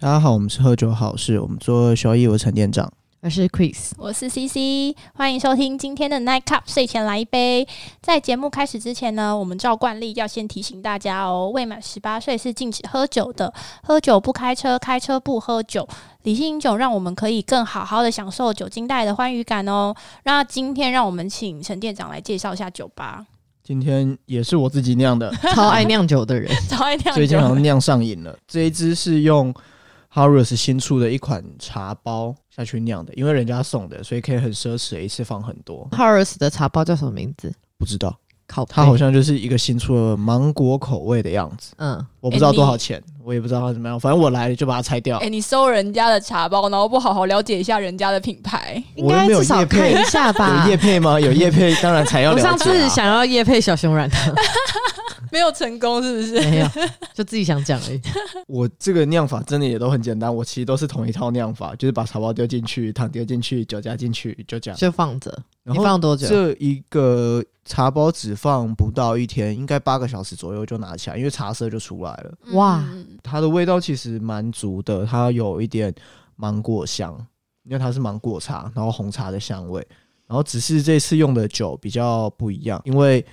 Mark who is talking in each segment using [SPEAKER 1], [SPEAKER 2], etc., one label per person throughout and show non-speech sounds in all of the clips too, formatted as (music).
[SPEAKER 1] 大家好，我们是喝酒好事，我们做小易，我是陈店长。
[SPEAKER 2] 我是
[SPEAKER 3] (laughs)
[SPEAKER 2] Chris，
[SPEAKER 4] 我是 CC，欢迎收听今天的 Night Cup，睡前来一杯。在节目开始之前呢，我们照惯例要先提醒大家哦，未满十八岁是禁止喝酒的，喝酒不开车，开车不喝酒。理性饮酒让我们可以更好好的享受酒精带来的欢愉感哦。那今天让我们请陈店长来介绍一下酒吧，
[SPEAKER 1] 今天也是我自己酿 (laughs) 的，
[SPEAKER 2] 超爱酿酒的人。
[SPEAKER 4] 早爱酿
[SPEAKER 1] 最近好
[SPEAKER 4] 酒
[SPEAKER 1] 像酿上瘾了。这一支是用 Harris 新出的一款茶包下去酿的，因为人家送的，所以可以很奢侈，一次放很多。
[SPEAKER 2] Horace 的茶包叫什么名字？
[SPEAKER 1] 不知道，
[SPEAKER 2] 靠背，
[SPEAKER 1] 它好像就是一个新出的芒果口味的样子，
[SPEAKER 2] 嗯，
[SPEAKER 1] 我不知道多少钱，我也不知道它怎么样，反正我来了就把它拆掉
[SPEAKER 3] 哎、。你收人家的茶包，然后不好好了解一下人家的品牌，
[SPEAKER 2] 应
[SPEAKER 1] 我又
[SPEAKER 2] 该
[SPEAKER 1] 没有
[SPEAKER 2] 至少
[SPEAKER 1] 业
[SPEAKER 2] 看
[SPEAKER 1] 配
[SPEAKER 2] 一下吧
[SPEAKER 1] 有叶。配 (laughs) 吗？有叶配，当然才要
[SPEAKER 2] 我
[SPEAKER 1] 了解、啊。
[SPEAKER 2] 上次想要夜配小熊
[SPEAKER 1] (laughs)
[SPEAKER 2] 软糖，
[SPEAKER 3] 没有成功是不是？
[SPEAKER 2] 没有，就自己想讲
[SPEAKER 1] (laughs)
[SPEAKER 2] 而已。
[SPEAKER 1] 我这个酿法真的也都很简单，我其实都是同一套酿法，就是把茶包丢进去，糖丢进去，酒加进去，就这样。
[SPEAKER 2] 就放着。
[SPEAKER 1] 然
[SPEAKER 2] 你
[SPEAKER 1] 后
[SPEAKER 2] 放多久？
[SPEAKER 1] 这一个茶包只放不到一天，应该八个小时左右就拿起来，因为茶色就出来了。
[SPEAKER 2] 哇
[SPEAKER 3] 嗯
[SPEAKER 1] 它的味道其实蛮足的，它有一点芒果香，因为它是芒果茶，然后红茶的香味。然后只是这次用的酒比较不一样，因为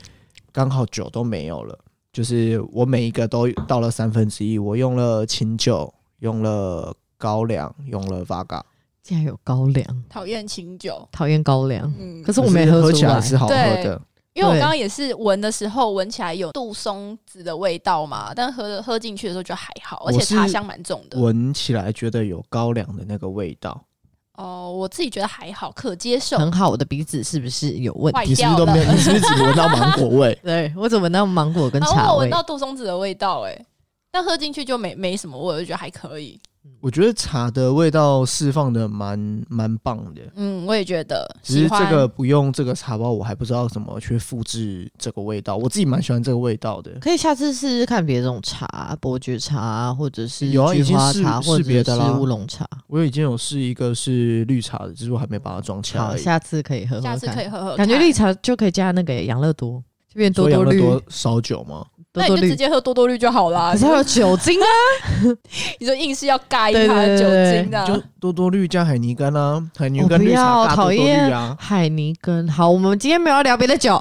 [SPEAKER 1] 刚好酒都没有了，就是我每一个都到了三分之一，我用了清酒，用了高粱，用了 v 嘎，
[SPEAKER 2] 竟然有高粱，
[SPEAKER 3] 讨厌清酒。
[SPEAKER 2] 讨厌高粱。
[SPEAKER 3] 嗯
[SPEAKER 2] 可，是
[SPEAKER 1] 可
[SPEAKER 2] 我
[SPEAKER 1] 是
[SPEAKER 2] 没
[SPEAKER 1] 喝
[SPEAKER 2] 出
[SPEAKER 1] 起来
[SPEAKER 2] 来，
[SPEAKER 1] 是好喝
[SPEAKER 3] 对
[SPEAKER 1] 的。
[SPEAKER 3] 因为我
[SPEAKER 2] 对
[SPEAKER 3] 刚刚也是闻的时候，闻起来有杜松子的味道嘛，但喝喝进去的时候就还好，而
[SPEAKER 1] 我
[SPEAKER 3] 且
[SPEAKER 1] 是
[SPEAKER 3] 茶香蛮重的。
[SPEAKER 1] 闻起来觉得有高粱的那个味道，
[SPEAKER 3] 哦，我自己觉得还好，可接受。
[SPEAKER 2] 很好。我的鼻子是不是有问
[SPEAKER 3] 坏
[SPEAKER 2] 题？？
[SPEAKER 1] 你是不是都没有？你是不是只闻到芒果味 (laughs)
[SPEAKER 2] 对我只闻到芒果跟
[SPEAKER 3] 然
[SPEAKER 2] 茶
[SPEAKER 3] 哦后我
[SPEAKER 2] 味
[SPEAKER 3] 闻，到杜松子的味道、哎，但喝进去就没没什么味，我就觉得还可以。
[SPEAKER 1] 我觉得茶的味道释放的蛮蛮棒的，
[SPEAKER 3] 嗯，我也觉得
[SPEAKER 1] 只是
[SPEAKER 3] 喜欢
[SPEAKER 1] 这个不用这个茶包，我还不知道怎么去复制这个味道。我自己蛮喜欢这个味道的，
[SPEAKER 2] 可以下次试试看别种茶，伯爵茶或者是
[SPEAKER 1] 有啊
[SPEAKER 2] 菊
[SPEAKER 1] 已经
[SPEAKER 2] 花
[SPEAKER 1] 试
[SPEAKER 2] 茶，或
[SPEAKER 1] 试
[SPEAKER 2] 者
[SPEAKER 1] 别
[SPEAKER 2] 是
[SPEAKER 1] 的啦
[SPEAKER 2] 乌龙茶。
[SPEAKER 1] 我已经有试一个是绿茶的，只是我还没把它装起来
[SPEAKER 2] 好，
[SPEAKER 1] 而已。
[SPEAKER 2] 下次可以喝喝
[SPEAKER 3] 下次
[SPEAKER 2] 看
[SPEAKER 3] 可以喝喝看。
[SPEAKER 2] 感觉绿茶就可以加那个养乐多，就变多
[SPEAKER 1] 所以
[SPEAKER 2] 多
[SPEAKER 1] 养乐
[SPEAKER 2] 绿，
[SPEAKER 1] 多烧酒吗？
[SPEAKER 2] 多
[SPEAKER 3] 那
[SPEAKER 2] 多
[SPEAKER 3] 你就
[SPEAKER 2] 绿
[SPEAKER 3] 直，接喝多多绿就好啦
[SPEAKER 2] 可。是它有酒精
[SPEAKER 3] (laughs)
[SPEAKER 2] 啊，
[SPEAKER 3] 你说硬是要尬一
[SPEAKER 2] 对
[SPEAKER 3] 它
[SPEAKER 2] 对
[SPEAKER 3] 的酒
[SPEAKER 2] 对
[SPEAKER 3] 精的，
[SPEAKER 1] 就多多绿加海泥柑啊，海泥
[SPEAKER 2] 我
[SPEAKER 1] 柑
[SPEAKER 2] 不
[SPEAKER 1] 绿茶
[SPEAKER 2] 要
[SPEAKER 1] 加多多
[SPEAKER 2] 讨
[SPEAKER 1] 绿
[SPEAKER 2] 厌
[SPEAKER 1] 啊。
[SPEAKER 2] 海尼根。好，我们今天没有要聊别的
[SPEAKER 3] (laughs)
[SPEAKER 2] 酒，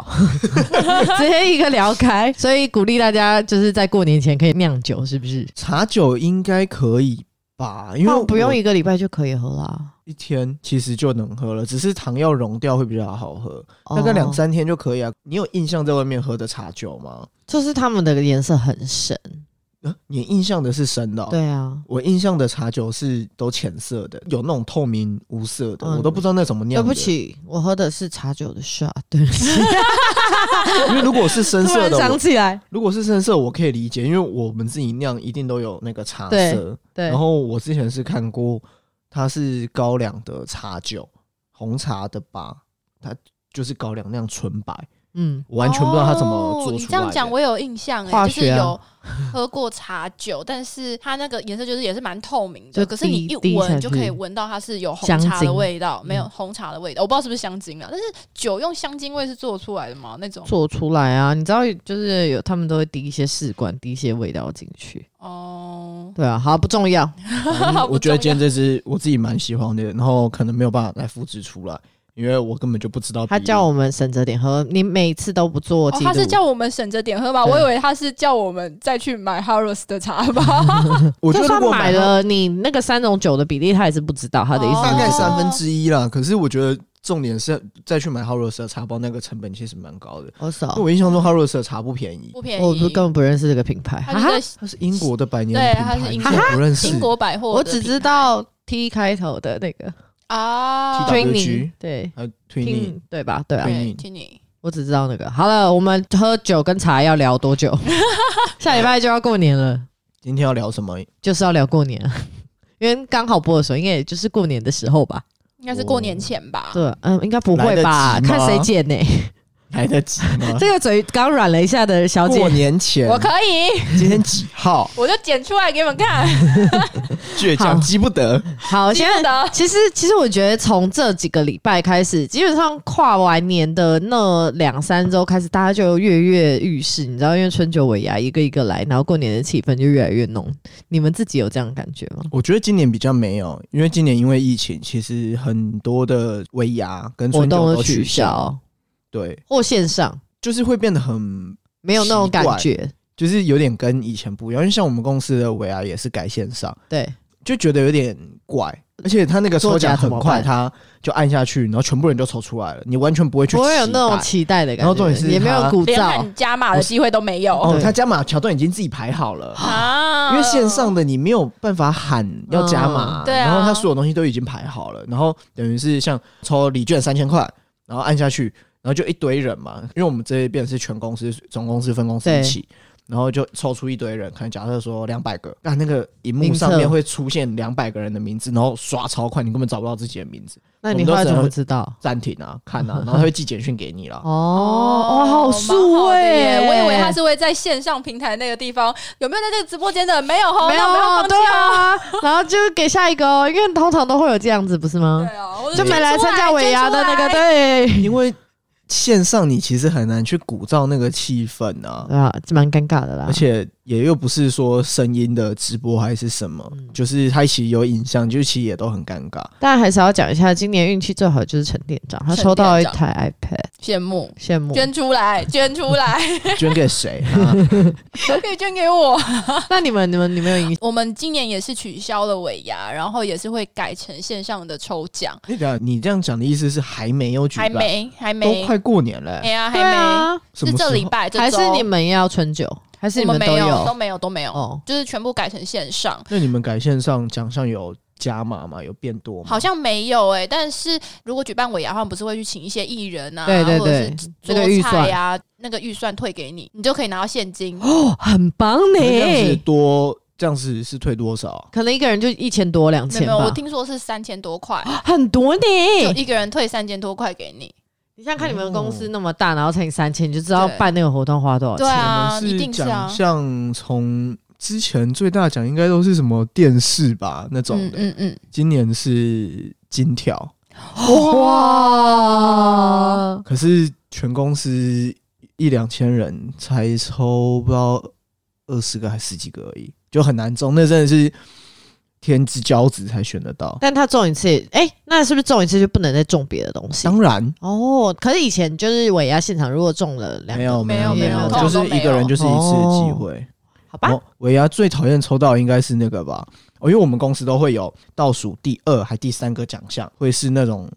[SPEAKER 2] 直接一个聊开，所以鼓励大家就是在过年前可以酿酒，是不是？
[SPEAKER 1] 茶酒应该可以吧？因为
[SPEAKER 2] 那不
[SPEAKER 1] 我
[SPEAKER 2] 用一个礼拜就可以喝啦，
[SPEAKER 1] 一天其实就能喝了，只是糖要溶掉会比较好喝，大概两
[SPEAKER 2] 哦，
[SPEAKER 1] 三天就可以啊。你有印象在外面喝的茶酒吗？
[SPEAKER 2] 就是它们的颜色很深，
[SPEAKER 1] 啊、你印象的是生的、哦？
[SPEAKER 2] 对啊，
[SPEAKER 1] 我印象的茶酒是都浅色的，有那种透明无色的，我
[SPEAKER 2] 嗯
[SPEAKER 1] 都不知道那怎么
[SPEAKER 2] 对
[SPEAKER 1] 酿的。
[SPEAKER 2] 不，起，我喝的是茶酒的 shot，对不起，
[SPEAKER 1] 因为如果是深
[SPEAKER 2] (laughs) 突
[SPEAKER 1] 色
[SPEAKER 2] 然
[SPEAKER 1] 的，
[SPEAKER 2] 想
[SPEAKER 1] 我
[SPEAKER 2] 起来，
[SPEAKER 1] 如果是深色，我可以理解，因为我们自己酿一定都有那个茶色。
[SPEAKER 2] 对
[SPEAKER 1] 然，后我之前是看过，它是高粱的茶酒，红茶的吧，它就是高粱酿纯白，
[SPEAKER 2] 嗯，
[SPEAKER 1] 我完全不知道它怎么
[SPEAKER 3] 哦
[SPEAKER 1] 做
[SPEAKER 3] 你
[SPEAKER 1] 出
[SPEAKER 3] 这
[SPEAKER 1] 来的。
[SPEAKER 3] 样讲，我有印象、
[SPEAKER 2] 化
[SPEAKER 3] 欸，就是
[SPEAKER 2] 学啊
[SPEAKER 3] 有喝过茶酒，但是它那个颜色就是也是蛮透明的，
[SPEAKER 2] 就
[SPEAKER 3] 可是你
[SPEAKER 2] 滴
[SPEAKER 3] 一
[SPEAKER 2] 滴下
[SPEAKER 3] 闻
[SPEAKER 2] 去
[SPEAKER 3] 就可以闻到它是有红
[SPEAKER 2] 香
[SPEAKER 3] 茶的
[SPEAKER 2] 精
[SPEAKER 3] 味道，没有
[SPEAKER 2] 嗯
[SPEAKER 3] 红茶的味道，我不知道是不是香精啊。但是酒用香精味是做出来的吗？那种
[SPEAKER 2] 做出来啊，你知道，就是有他们都会滴一些试管，滴一些味道进去。
[SPEAKER 3] 哦，
[SPEAKER 2] 对啊，好不重要，
[SPEAKER 1] 反正 (laughs)
[SPEAKER 3] 不
[SPEAKER 1] 我觉得今天
[SPEAKER 3] 重
[SPEAKER 1] 这支我自己蛮喜欢的，然后可能没有办法再复制出来，因为我根本就不知道比例。
[SPEAKER 2] 他叫我们省着点喝，你每次都不做
[SPEAKER 3] 哦
[SPEAKER 2] 记录，
[SPEAKER 3] 他是叫我们省着点喝吧？我
[SPEAKER 2] 对
[SPEAKER 3] 以为他是叫我们再去买 Harrods 的茶包。
[SPEAKER 2] (laughs)
[SPEAKER 1] 我觉
[SPEAKER 2] 就
[SPEAKER 1] 得
[SPEAKER 2] 算
[SPEAKER 1] 如果
[SPEAKER 2] 买
[SPEAKER 1] 到
[SPEAKER 2] 了你那个三种酒的比例，他也是不知道他的意思。
[SPEAKER 3] 哦
[SPEAKER 1] 大概三分之一啦，可是我觉得重点是再去买 h a r r o s 的茶包，那个成本其实蛮高的。
[SPEAKER 2] 我少，
[SPEAKER 1] 因为我印象中 h a r r o s 的茶不便宜，
[SPEAKER 3] 不便宜，
[SPEAKER 2] 我就根本不认识这个品牌，啊
[SPEAKER 3] 它
[SPEAKER 2] 哈
[SPEAKER 3] 就
[SPEAKER 2] 哈，
[SPEAKER 3] 是
[SPEAKER 1] 它是英国的百年
[SPEAKER 3] 对
[SPEAKER 1] 品
[SPEAKER 3] 它
[SPEAKER 1] 牌，
[SPEAKER 3] 是英
[SPEAKER 1] 你怎么不认识。
[SPEAKER 3] 英国百货的品牌，
[SPEAKER 2] 我只知道 T 开头的那个
[SPEAKER 3] 啊，
[SPEAKER 1] TWG
[SPEAKER 2] Twinning，对
[SPEAKER 1] 呃，推你
[SPEAKER 2] 听对吧？对啊，
[SPEAKER 1] 对
[SPEAKER 3] 对，听你。
[SPEAKER 2] 我只知道那个。好了，我们喝酒跟茶要聊多 (laughs) 久？下礼拜就要过年了，
[SPEAKER 1] 今天要聊什么？
[SPEAKER 2] 就是要聊过年啊，因为刚好播的时候，应该也就是过年的时候吧。
[SPEAKER 3] 应该是过年前吧。
[SPEAKER 2] 对，嗯，应该不
[SPEAKER 1] 来
[SPEAKER 2] 会
[SPEAKER 1] 得
[SPEAKER 2] 吧？
[SPEAKER 1] 及吗
[SPEAKER 2] 看谁剪呢、？
[SPEAKER 1] 来得及吗
[SPEAKER 3] (laughs)
[SPEAKER 2] 这个嘴刚软了一下的小姐
[SPEAKER 1] 过，年前
[SPEAKER 3] 我，可以，
[SPEAKER 1] 今天几号？
[SPEAKER 3] 我就剪出来给你们看。
[SPEAKER 1] 倔强，
[SPEAKER 2] 好
[SPEAKER 1] 急不得。
[SPEAKER 2] 好，现在
[SPEAKER 3] 得
[SPEAKER 2] 其实，其实我觉得从这几个礼拜开始，基本上跨完年的那两三周开始，大家就跃跃欲试，你知道，因为春酒尾牙一个一个来，然后过年的气氛就越来越浓。你们自己有这样的感觉吗？
[SPEAKER 1] 我觉得今年比较没有，因为今年因为疫情，其实很多的尾牙跟
[SPEAKER 2] 活
[SPEAKER 1] 春
[SPEAKER 2] 动
[SPEAKER 1] 酒
[SPEAKER 2] 都
[SPEAKER 1] 都
[SPEAKER 2] 取
[SPEAKER 1] 取消，
[SPEAKER 2] 消
[SPEAKER 1] 对，
[SPEAKER 2] 或线上，
[SPEAKER 1] 就是会变得很，
[SPEAKER 2] 没有那种
[SPEAKER 1] 奇怪
[SPEAKER 2] 感觉。
[SPEAKER 1] 就是有点跟以前不一样。因为像我们公司的尾牙也是改线上，
[SPEAKER 2] 对，
[SPEAKER 1] 就觉得有点怪。而且他那个抽奖很快，
[SPEAKER 2] 作假怎么办
[SPEAKER 1] 他就按下去，然后全部人都抽出来了，你完全不会去
[SPEAKER 2] 不会有那种
[SPEAKER 1] 期
[SPEAKER 2] 期待的
[SPEAKER 1] 然
[SPEAKER 2] 感
[SPEAKER 1] 后重
[SPEAKER 2] 觉，
[SPEAKER 1] 点是
[SPEAKER 2] 也没有
[SPEAKER 1] 他
[SPEAKER 2] 鼓
[SPEAKER 3] 连
[SPEAKER 2] 噪。
[SPEAKER 3] 喊加码的机会都没有
[SPEAKER 1] 待哦，
[SPEAKER 2] 对
[SPEAKER 1] 他加码桥段已经自己排好了。
[SPEAKER 3] 啊
[SPEAKER 1] 因为线上的你没有办法喊要加码，
[SPEAKER 2] 嗯
[SPEAKER 3] 对啊
[SPEAKER 1] 然后他所有东西都已经排好了，然后等于是像抽礼券三千块，然后按下去，然后就一堆人嘛，因为我们这一边是全公司、总公司、分公司
[SPEAKER 2] 对
[SPEAKER 1] 一起，然后就抽出一堆人，可能假设说两百个，啊那那个荧幕
[SPEAKER 2] 名册
[SPEAKER 1] 上面会出现两百个人的名字，然后刷超快，你根本找不到自己的名字，
[SPEAKER 2] 那你后来怎么知道？
[SPEAKER 1] 暂停啊，
[SPEAKER 2] (laughs)
[SPEAKER 1] 看啊，然后他会寄简讯给你啦。
[SPEAKER 2] 哦哦，好
[SPEAKER 3] 蛮
[SPEAKER 2] 素
[SPEAKER 3] 好的耶
[SPEAKER 2] 味，
[SPEAKER 3] 我以为他是会在线上平台那个地方有没有在这个直播间的？没有哦，
[SPEAKER 2] 没
[SPEAKER 3] 那没有放弃
[SPEAKER 2] 对
[SPEAKER 3] 哦。
[SPEAKER 2] 啊， (laughs) 然后就给下一个哦，因为通常都会有这样子，不是吗？
[SPEAKER 3] 对啊，我
[SPEAKER 2] 就没来参加尾牙的那个，
[SPEAKER 3] 对，
[SPEAKER 2] 对，
[SPEAKER 1] 因为线上你其实很难去鼓噪那个气氛啊，
[SPEAKER 2] 啊，这蛮尴尬的啦
[SPEAKER 1] 而。且也又不是说声音的直播还是什么，
[SPEAKER 2] 嗯
[SPEAKER 1] 就是它其实有影像，就是其实也都很尴
[SPEAKER 2] (laughs)
[SPEAKER 1] 尬。
[SPEAKER 2] 但还是要讲一下，今年运气最好的就是陈店长，他抽到一
[SPEAKER 3] 陈
[SPEAKER 2] 台 iPad，
[SPEAKER 3] 羡慕。
[SPEAKER 2] 羡慕。
[SPEAKER 3] 捐出来，捐出来， (laughs)
[SPEAKER 1] 捐给谁、啊？
[SPEAKER 3] 可以捐给我。
[SPEAKER 2] 那你们、你们、你们有影
[SPEAKER 3] 我们今年也是取消了尾牙，然后也是会改成线上的抽奖，
[SPEAKER 1] 你等一下你这样讲的意思是还没有举
[SPEAKER 3] 还
[SPEAKER 1] 办，
[SPEAKER 3] 没，还
[SPEAKER 1] 都
[SPEAKER 3] 没，
[SPEAKER 1] 快过年了、
[SPEAKER 3] 哎呀，还
[SPEAKER 2] 对
[SPEAKER 3] 没，
[SPEAKER 2] 啊？
[SPEAKER 1] 什么
[SPEAKER 3] 是
[SPEAKER 1] 时
[SPEAKER 3] 这
[SPEAKER 1] 候
[SPEAKER 3] 礼拜，这
[SPEAKER 2] 还
[SPEAKER 3] 周
[SPEAKER 2] 是你们要春酒？还是
[SPEAKER 3] 我
[SPEAKER 2] 你
[SPEAKER 3] 们没
[SPEAKER 2] 都
[SPEAKER 3] 有，都
[SPEAKER 2] 有？
[SPEAKER 3] 没有，都没有，
[SPEAKER 2] 哦，
[SPEAKER 3] 就是全部改成线上。
[SPEAKER 1] 那你们改线上奖项有加码吗？有变多吗？
[SPEAKER 3] 好像没有哎、但是如果举办尾牙的话，不是会去请一些艺人啊，
[SPEAKER 2] 对对
[SPEAKER 3] 或者
[SPEAKER 2] 对
[SPEAKER 3] 是，
[SPEAKER 2] 那个预
[SPEAKER 3] 做菜
[SPEAKER 2] 算
[SPEAKER 3] 呀、那个预算退给你，你就可以拿到现金。
[SPEAKER 2] 哦，很棒
[SPEAKER 1] 那这样子
[SPEAKER 2] 呢。
[SPEAKER 1] 多，这样子是退多少啊？
[SPEAKER 2] 可能一个人就一千多、两
[SPEAKER 3] 没有，
[SPEAKER 2] 千
[SPEAKER 3] 没有，我
[SPEAKER 2] 吧，
[SPEAKER 3] 听说是三千多块，
[SPEAKER 2] 很多呢。
[SPEAKER 3] 就一个人退三千多块给你。
[SPEAKER 2] 你想想看，你们公司那么大，然后乘以三千，你就知道
[SPEAKER 3] 对
[SPEAKER 2] 办那个活动花多少钱
[SPEAKER 3] 对。啊，
[SPEAKER 1] 我们
[SPEAKER 3] 一定是
[SPEAKER 1] 奖
[SPEAKER 3] 啊。
[SPEAKER 1] 项从之前最大奖应该都是什么电视吧那种
[SPEAKER 3] 嗯
[SPEAKER 1] 的，
[SPEAKER 3] 嗯嗯，
[SPEAKER 1] 今年是金条，
[SPEAKER 2] 哇！
[SPEAKER 1] 可是全公司一两千人才抽不到二十个还十几个而已，就很难中。那真的是天之骄子才选得到。
[SPEAKER 2] 但他中一次，哎、那是不是中一次就不能再中别的东西？
[SPEAKER 1] 当然
[SPEAKER 2] 哦，可是以前就是尾牙现场，如果中了两
[SPEAKER 1] 没
[SPEAKER 2] 个，
[SPEAKER 1] 有有
[SPEAKER 3] 没
[SPEAKER 1] 没
[SPEAKER 3] 有没有
[SPEAKER 1] 就是一个人就是一次的机会。
[SPEAKER 2] 好吧？
[SPEAKER 1] 哦，维亚最讨厌抽到应该是那个吧？哦，因为我们公司都会有倒数第二还第三个奖项，会是那种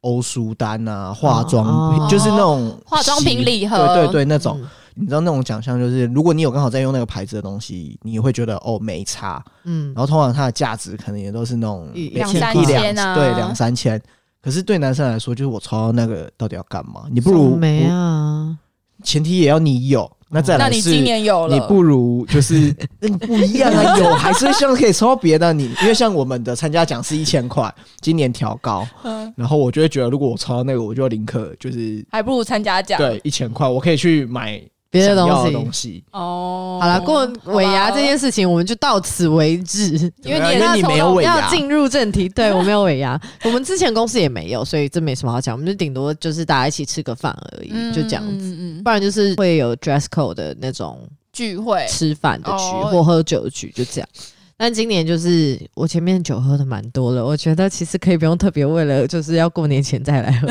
[SPEAKER 1] 欧舒丹啊、化妆品，
[SPEAKER 2] 哦
[SPEAKER 1] 就是那种
[SPEAKER 3] 化妆品礼盒
[SPEAKER 1] 对对对，那种。
[SPEAKER 2] 嗯
[SPEAKER 1] 你知道那种奖项就是，如果你有刚好在用那个牌子的东西，你会觉得哦没差。
[SPEAKER 2] 嗯
[SPEAKER 1] 然，后通常它的价值可能也都是那种
[SPEAKER 2] 一
[SPEAKER 1] 两
[SPEAKER 2] 两三
[SPEAKER 1] 一
[SPEAKER 3] 千啊
[SPEAKER 1] 对，两三千。可是对男生来说，就是我抽到那个到底要干嘛？你不如
[SPEAKER 2] 没啊？
[SPEAKER 1] 不前提也要你有，那再
[SPEAKER 3] 那
[SPEAKER 1] 来
[SPEAKER 3] 你
[SPEAKER 1] 是
[SPEAKER 3] 今年有了，
[SPEAKER 1] 你不如就是
[SPEAKER 2] (laughs)
[SPEAKER 1] 那个不一样啊，有还是会希望可以抽到别的。你因为像我们的参加奖是一千块，今年调高，
[SPEAKER 3] 嗯，
[SPEAKER 1] 然后我就会觉得如果我抽到那个，我就宁可就是
[SPEAKER 3] 还不如参加奖。
[SPEAKER 1] 对一千块，我可以去买
[SPEAKER 2] 别的
[SPEAKER 1] 想要
[SPEAKER 2] 东
[SPEAKER 1] 的
[SPEAKER 2] 西。
[SPEAKER 1] 东西。
[SPEAKER 3] 哦，
[SPEAKER 2] 好了，过尾牙这件事情，我们就到此为止。
[SPEAKER 3] 因为你也
[SPEAKER 1] 因
[SPEAKER 3] 是
[SPEAKER 1] 为你没有 (laughs) 尾
[SPEAKER 2] 要
[SPEAKER 1] 牙，
[SPEAKER 2] 进入正题，对我没有尾牙，
[SPEAKER 1] (laughs)
[SPEAKER 2] 我们之前公司也没有，所以这没什么好讲，我们就顶多就是大家一起吃个饭而已，
[SPEAKER 3] 嗯
[SPEAKER 2] 就这样子。
[SPEAKER 3] 嗯嗯嗯
[SPEAKER 2] 不然就是会有 dress code 的那种
[SPEAKER 3] 聚会 (laughs)
[SPEAKER 2] 吃饭的局、
[SPEAKER 3] 哦
[SPEAKER 2] 或喝酒的局，就这样。但今年就是我前面酒喝的蛮多了，我觉得其实可以不用特别为了就是要过年前再来 (laughs) 喝。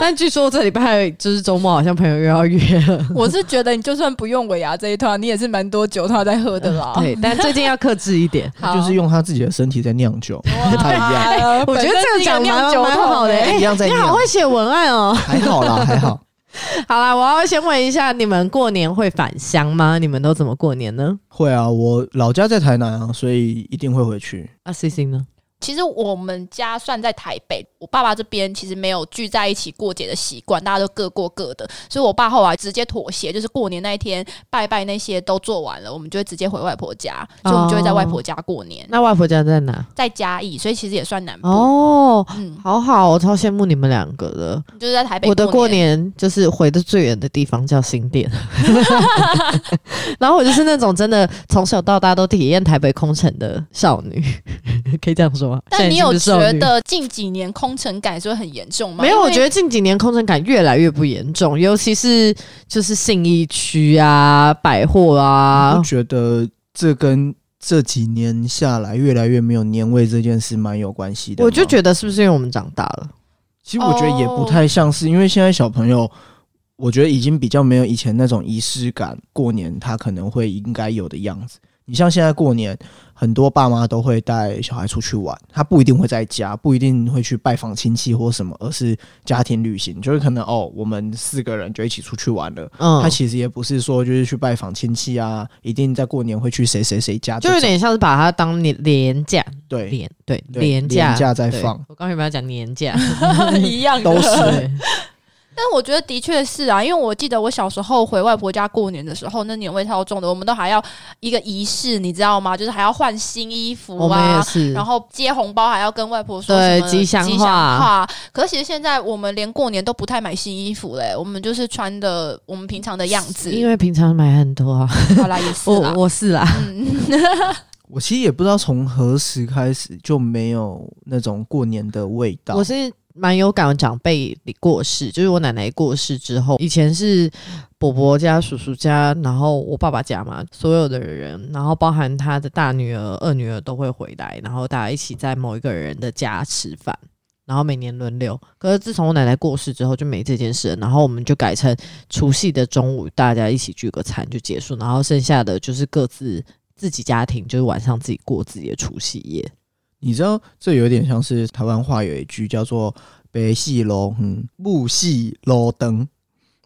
[SPEAKER 2] 但据说这礼拜就是周末，好像朋友又要约了。
[SPEAKER 3] 我是觉得你就算不用尾牙这一套，你也是蛮多酒套在喝的啦。
[SPEAKER 2] 对，但最近要克制一 (laughs) 点。
[SPEAKER 3] 好，
[SPEAKER 1] 就是用他自己的身体在酿酒，
[SPEAKER 3] (laughs)
[SPEAKER 1] 不太一样，
[SPEAKER 3] 样
[SPEAKER 2] 我觉得这个讲蛮蛮好的、
[SPEAKER 3] 欸
[SPEAKER 2] 哎
[SPEAKER 1] 一样在
[SPEAKER 2] 你好
[SPEAKER 1] 酿
[SPEAKER 2] 会，写文案哦。
[SPEAKER 1] 还好啦，还好。
[SPEAKER 2] (laughs) 好啦，我要先问一下，你们过年会返乡吗？你们都怎么过年呢？
[SPEAKER 1] 会啊，我老家在台南啊，所以一定会回去。
[SPEAKER 2] 啊，C C 呢？
[SPEAKER 3] 其实我们家算在台北，我爸爸这边其实没有聚在一起过节的习惯，大家都各过各的，所以我爸后来直接妥协，就是过年那一天拜拜那些都做完了，我们就会直接回外婆家，所以我们就会在外婆家过年，
[SPEAKER 2] 那外婆家在哪？
[SPEAKER 3] 在嘉义，所以其实也算南部，
[SPEAKER 2] 哦，
[SPEAKER 3] 嗯，
[SPEAKER 2] 好好，我超羡慕你们两个的。
[SPEAKER 3] 就是在台北。
[SPEAKER 2] 我的过年就是回的最远的地方叫新
[SPEAKER 3] (laughs)
[SPEAKER 2] 店，然后我就是那种真的从小到大都体验台北空城的少女， (laughs) 可以这样说吗？
[SPEAKER 3] 但你
[SPEAKER 2] 现在是不
[SPEAKER 3] 有
[SPEAKER 2] 是
[SPEAKER 3] 觉
[SPEAKER 2] 少女
[SPEAKER 3] 得近几年空城感是会很严重吗？
[SPEAKER 2] 没有，我
[SPEAKER 3] 因为
[SPEAKER 2] 觉得近几年空城感越来越不严重，尤其是就是信义区啊、百货
[SPEAKER 1] 我
[SPEAKER 2] 啊，
[SPEAKER 1] 觉得这跟这几年下来越来越没有年味这件事蛮有关系的。
[SPEAKER 2] 我就
[SPEAKER 1] 得，
[SPEAKER 2] 觉得是不是因为我们长大了？
[SPEAKER 1] 其实我觉得也不太像是，因为现在小朋
[SPEAKER 2] 哦
[SPEAKER 1] 友，我觉得已经比较没有以前那种仪式感，过年他可能会应该有的样子。你像现在过年，很多爸妈都会带小孩出去玩，他不一定会在家，不一定会去拜访亲戚或什么，而是家庭旅行，就是可能哦，我们四个人就一起出去玩了。
[SPEAKER 2] 嗯
[SPEAKER 1] 他，其实也不是说就是去拜访亲戚啊，一定在过年会去谁谁谁家这种，
[SPEAKER 2] 就有点像是把它当年廉价
[SPEAKER 1] 对
[SPEAKER 2] 廉对
[SPEAKER 1] 对
[SPEAKER 2] 廉价
[SPEAKER 1] 廉价在
[SPEAKER 2] 对
[SPEAKER 1] 放
[SPEAKER 2] 我刚原本要讲廉
[SPEAKER 3] (laughs)
[SPEAKER 2] 价，
[SPEAKER 3] 一样的
[SPEAKER 1] 都是
[SPEAKER 2] 对
[SPEAKER 3] 但我觉得的确是啊，因为我记得我小时候回外婆家过年的时候，那年味超重的，我们都还要一个仪式，你知道吗？就是还要换新衣服
[SPEAKER 2] 我们也
[SPEAKER 3] 啊，
[SPEAKER 2] 是。
[SPEAKER 3] 然后接红包还要跟外婆说
[SPEAKER 2] 对
[SPEAKER 3] 什么
[SPEAKER 2] 吉祥话
[SPEAKER 3] 吉祥话。可是其实现在我们连过年都不太买新衣服嘞、我们就是穿的我们平常的样子。
[SPEAKER 2] 因为平常买很多啊，
[SPEAKER 3] 好啦， (laughs) 也是
[SPEAKER 2] 我
[SPEAKER 3] 啦。
[SPEAKER 2] 我是啦，
[SPEAKER 1] 我其实也不知道从何时开始就没有那种过年的味道。
[SPEAKER 2] 我是蛮有感长辈过世，就是我奶奶过世之后，以前是伯伯家、叔叔家，然后我爸爸家嘛，所有的人，然后包含他的大女儿、二女儿都会回来，然后大家一起在某一个人的家吃饭。然后每年轮流，可是自从我奶奶过世之后就没这件事了，然后我们就改成除夕的中午大家一起聚个餐就结束，然后剩下的就是各自自己家庭，就是晚上自己过自己的除夕夜。
[SPEAKER 1] 你知道，这有点像是台湾话有一句叫做“北戏楼，嗯，木戏楼灯”，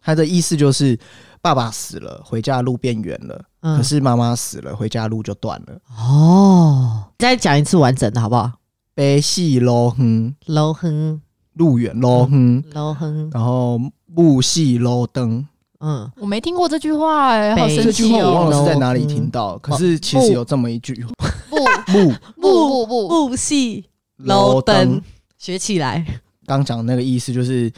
[SPEAKER 1] 它的意思就是爸爸死了，回家的路变远了；
[SPEAKER 2] 嗯
[SPEAKER 1] 可是妈妈死了，回家的路就断了。
[SPEAKER 2] 哦，再讲一次完整的好不好？
[SPEAKER 1] 北戏楼，嗯，
[SPEAKER 2] 楼哼
[SPEAKER 1] 路远喽，嗯，
[SPEAKER 2] 楼哼，
[SPEAKER 1] 然后木戏楼灯。
[SPEAKER 2] 嗯，
[SPEAKER 3] 我没听过这句话哎、好
[SPEAKER 2] 北
[SPEAKER 3] 神
[SPEAKER 1] 这句
[SPEAKER 3] 奇
[SPEAKER 1] 话我
[SPEAKER 3] 哦、
[SPEAKER 1] 忘了是在哪里听到，可是其实有这么一句
[SPEAKER 2] (laughs)
[SPEAKER 3] 不
[SPEAKER 1] 木
[SPEAKER 3] 不不不，
[SPEAKER 2] 木系
[SPEAKER 1] 楼灯，，
[SPEAKER 2] 学起来。
[SPEAKER 1] 刚讲那个意思就是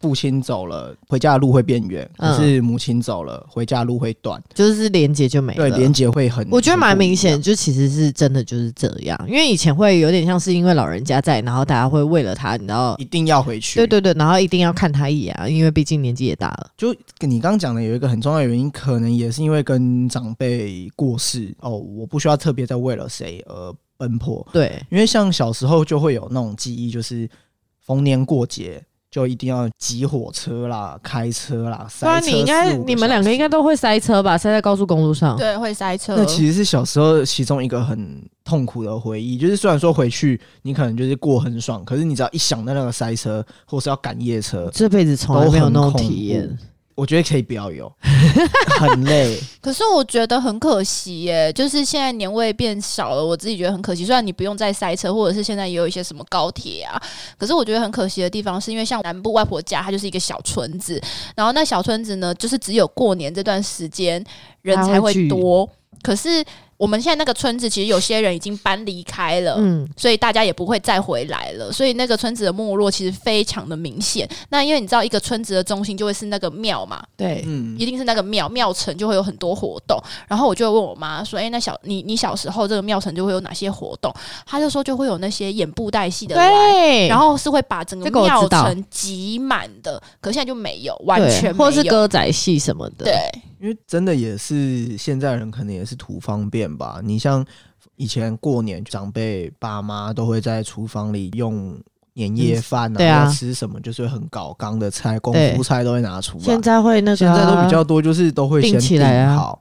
[SPEAKER 1] 父亲走了，回家的路会变远；
[SPEAKER 2] 嗯
[SPEAKER 1] 可是母亲走了，回家的路会短。
[SPEAKER 2] 就是连接就没了。
[SPEAKER 1] 对，连结会很，
[SPEAKER 2] 我觉得蛮明显，
[SPEAKER 1] 很
[SPEAKER 2] 就其实是真的就是这样，因为以前会有点像是因为老人家在，然后大家会为了他，你知道
[SPEAKER 1] 不一样，一定要回去。
[SPEAKER 2] 对，对对，然后一定要看他一眼啊，因为毕竟年纪也大了。
[SPEAKER 1] 就你刚刚讲的有一个很重要的原因，可能也是因为跟长辈过世哦，我不需要特别再为了谁而奔波，
[SPEAKER 2] 对，
[SPEAKER 1] 因为像小时候就会有那种记忆，就是逢年过节。就一定要挤火车啦、开车啦、
[SPEAKER 2] 不
[SPEAKER 1] 塞
[SPEAKER 2] 然
[SPEAKER 1] 车。
[SPEAKER 2] 你应该
[SPEAKER 1] 15
[SPEAKER 2] 你们两个应该都会塞车吧？塞在高速公路上。
[SPEAKER 3] 对，会塞
[SPEAKER 2] 嗯
[SPEAKER 3] 车。
[SPEAKER 1] 那其实是小时候其中一个很痛苦的回忆，就是虽然说回去你可能就是过很爽，可是你只要一想到那个塞车，或是要赶夜车，
[SPEAKER 2] 这辈子从来没有那
[SPEAKER 1] 都
[SPEAKER 2] 种
[SPEAKER 1] 很恐怖
[SPEAKER 2] 体验。
[SPEAKER 1] 我觉得可以不要
[SPEAKER 2] (laughs)
[SPEAKER 1] 有，很累。
[SPEAKER 3] 可是我觉得很可惜耶，就是现在年味变少了，我自己觉得很可惜。虽然你不用再塞车，或者是现在也有一些什么高铁啊，可是我觉得很可惜的地方是因为像南部外婆家，它就是一个小村子，然后那小村子呢，就是只有过年这段时间人才会多。可是我们现在那个村子，其实有些人已经搬离开了，
[SPEAKER 2] 嗯，
[SPEAKER 3] 所以大家也不会再回来了，所以那个村子的没落其实非常的明显。那因为你知道，一个村子的中心就会是那个庙嘛，
[SPEAKER 2] 对，
[SPEAKER 1] 嗯
[SPEAKER 3] 一，定是那个庙庙城就会有很多活动，然后我就会问我妈说：“哎、那小你你小时候这个庙城就会有哪些活动？”她就说就会有那些演布袋戏的玩，
[SPEAKER 2] 对，
[SPEAKER 3] 然后是会把整个
[SPEAKER 2] 这个我
[SPEAKER 3] 庙
[SPEAKER 2] 知道
[SPEAKER 3] 城挤满的，可现在就没有，完
[SPEAKER 2] 对
[SPEAKER 3] 全没有，
[SPEAKER 2] 或是歌仔戏什么的。
[SPEAKER 3] 对，
[SPEAKER 1] 因为真的也是现在人可能也是图方便吧。你像以前过年，长辈爸妈都会在厨房里用年夜饭
[SPEAKER 2] 嗯
[SPEAKER 1] 啊，
[SPEAKER 2] 对啊
[SPEAKER 1] 要吃什么就是很搞纲的菜，功
[SPEAKER 2] 对
[SPEAKER 1] 夫菜都会拿出来。
[SPEAKER 2] 现在会那个
[SPEAKER 1] 现
[SPEAKER 2] 啊、
[SPEAKER 1] 在都比较多，就是都会先
[SPEAKER 2] 定起来啊
[SPEAKER 1] 定好。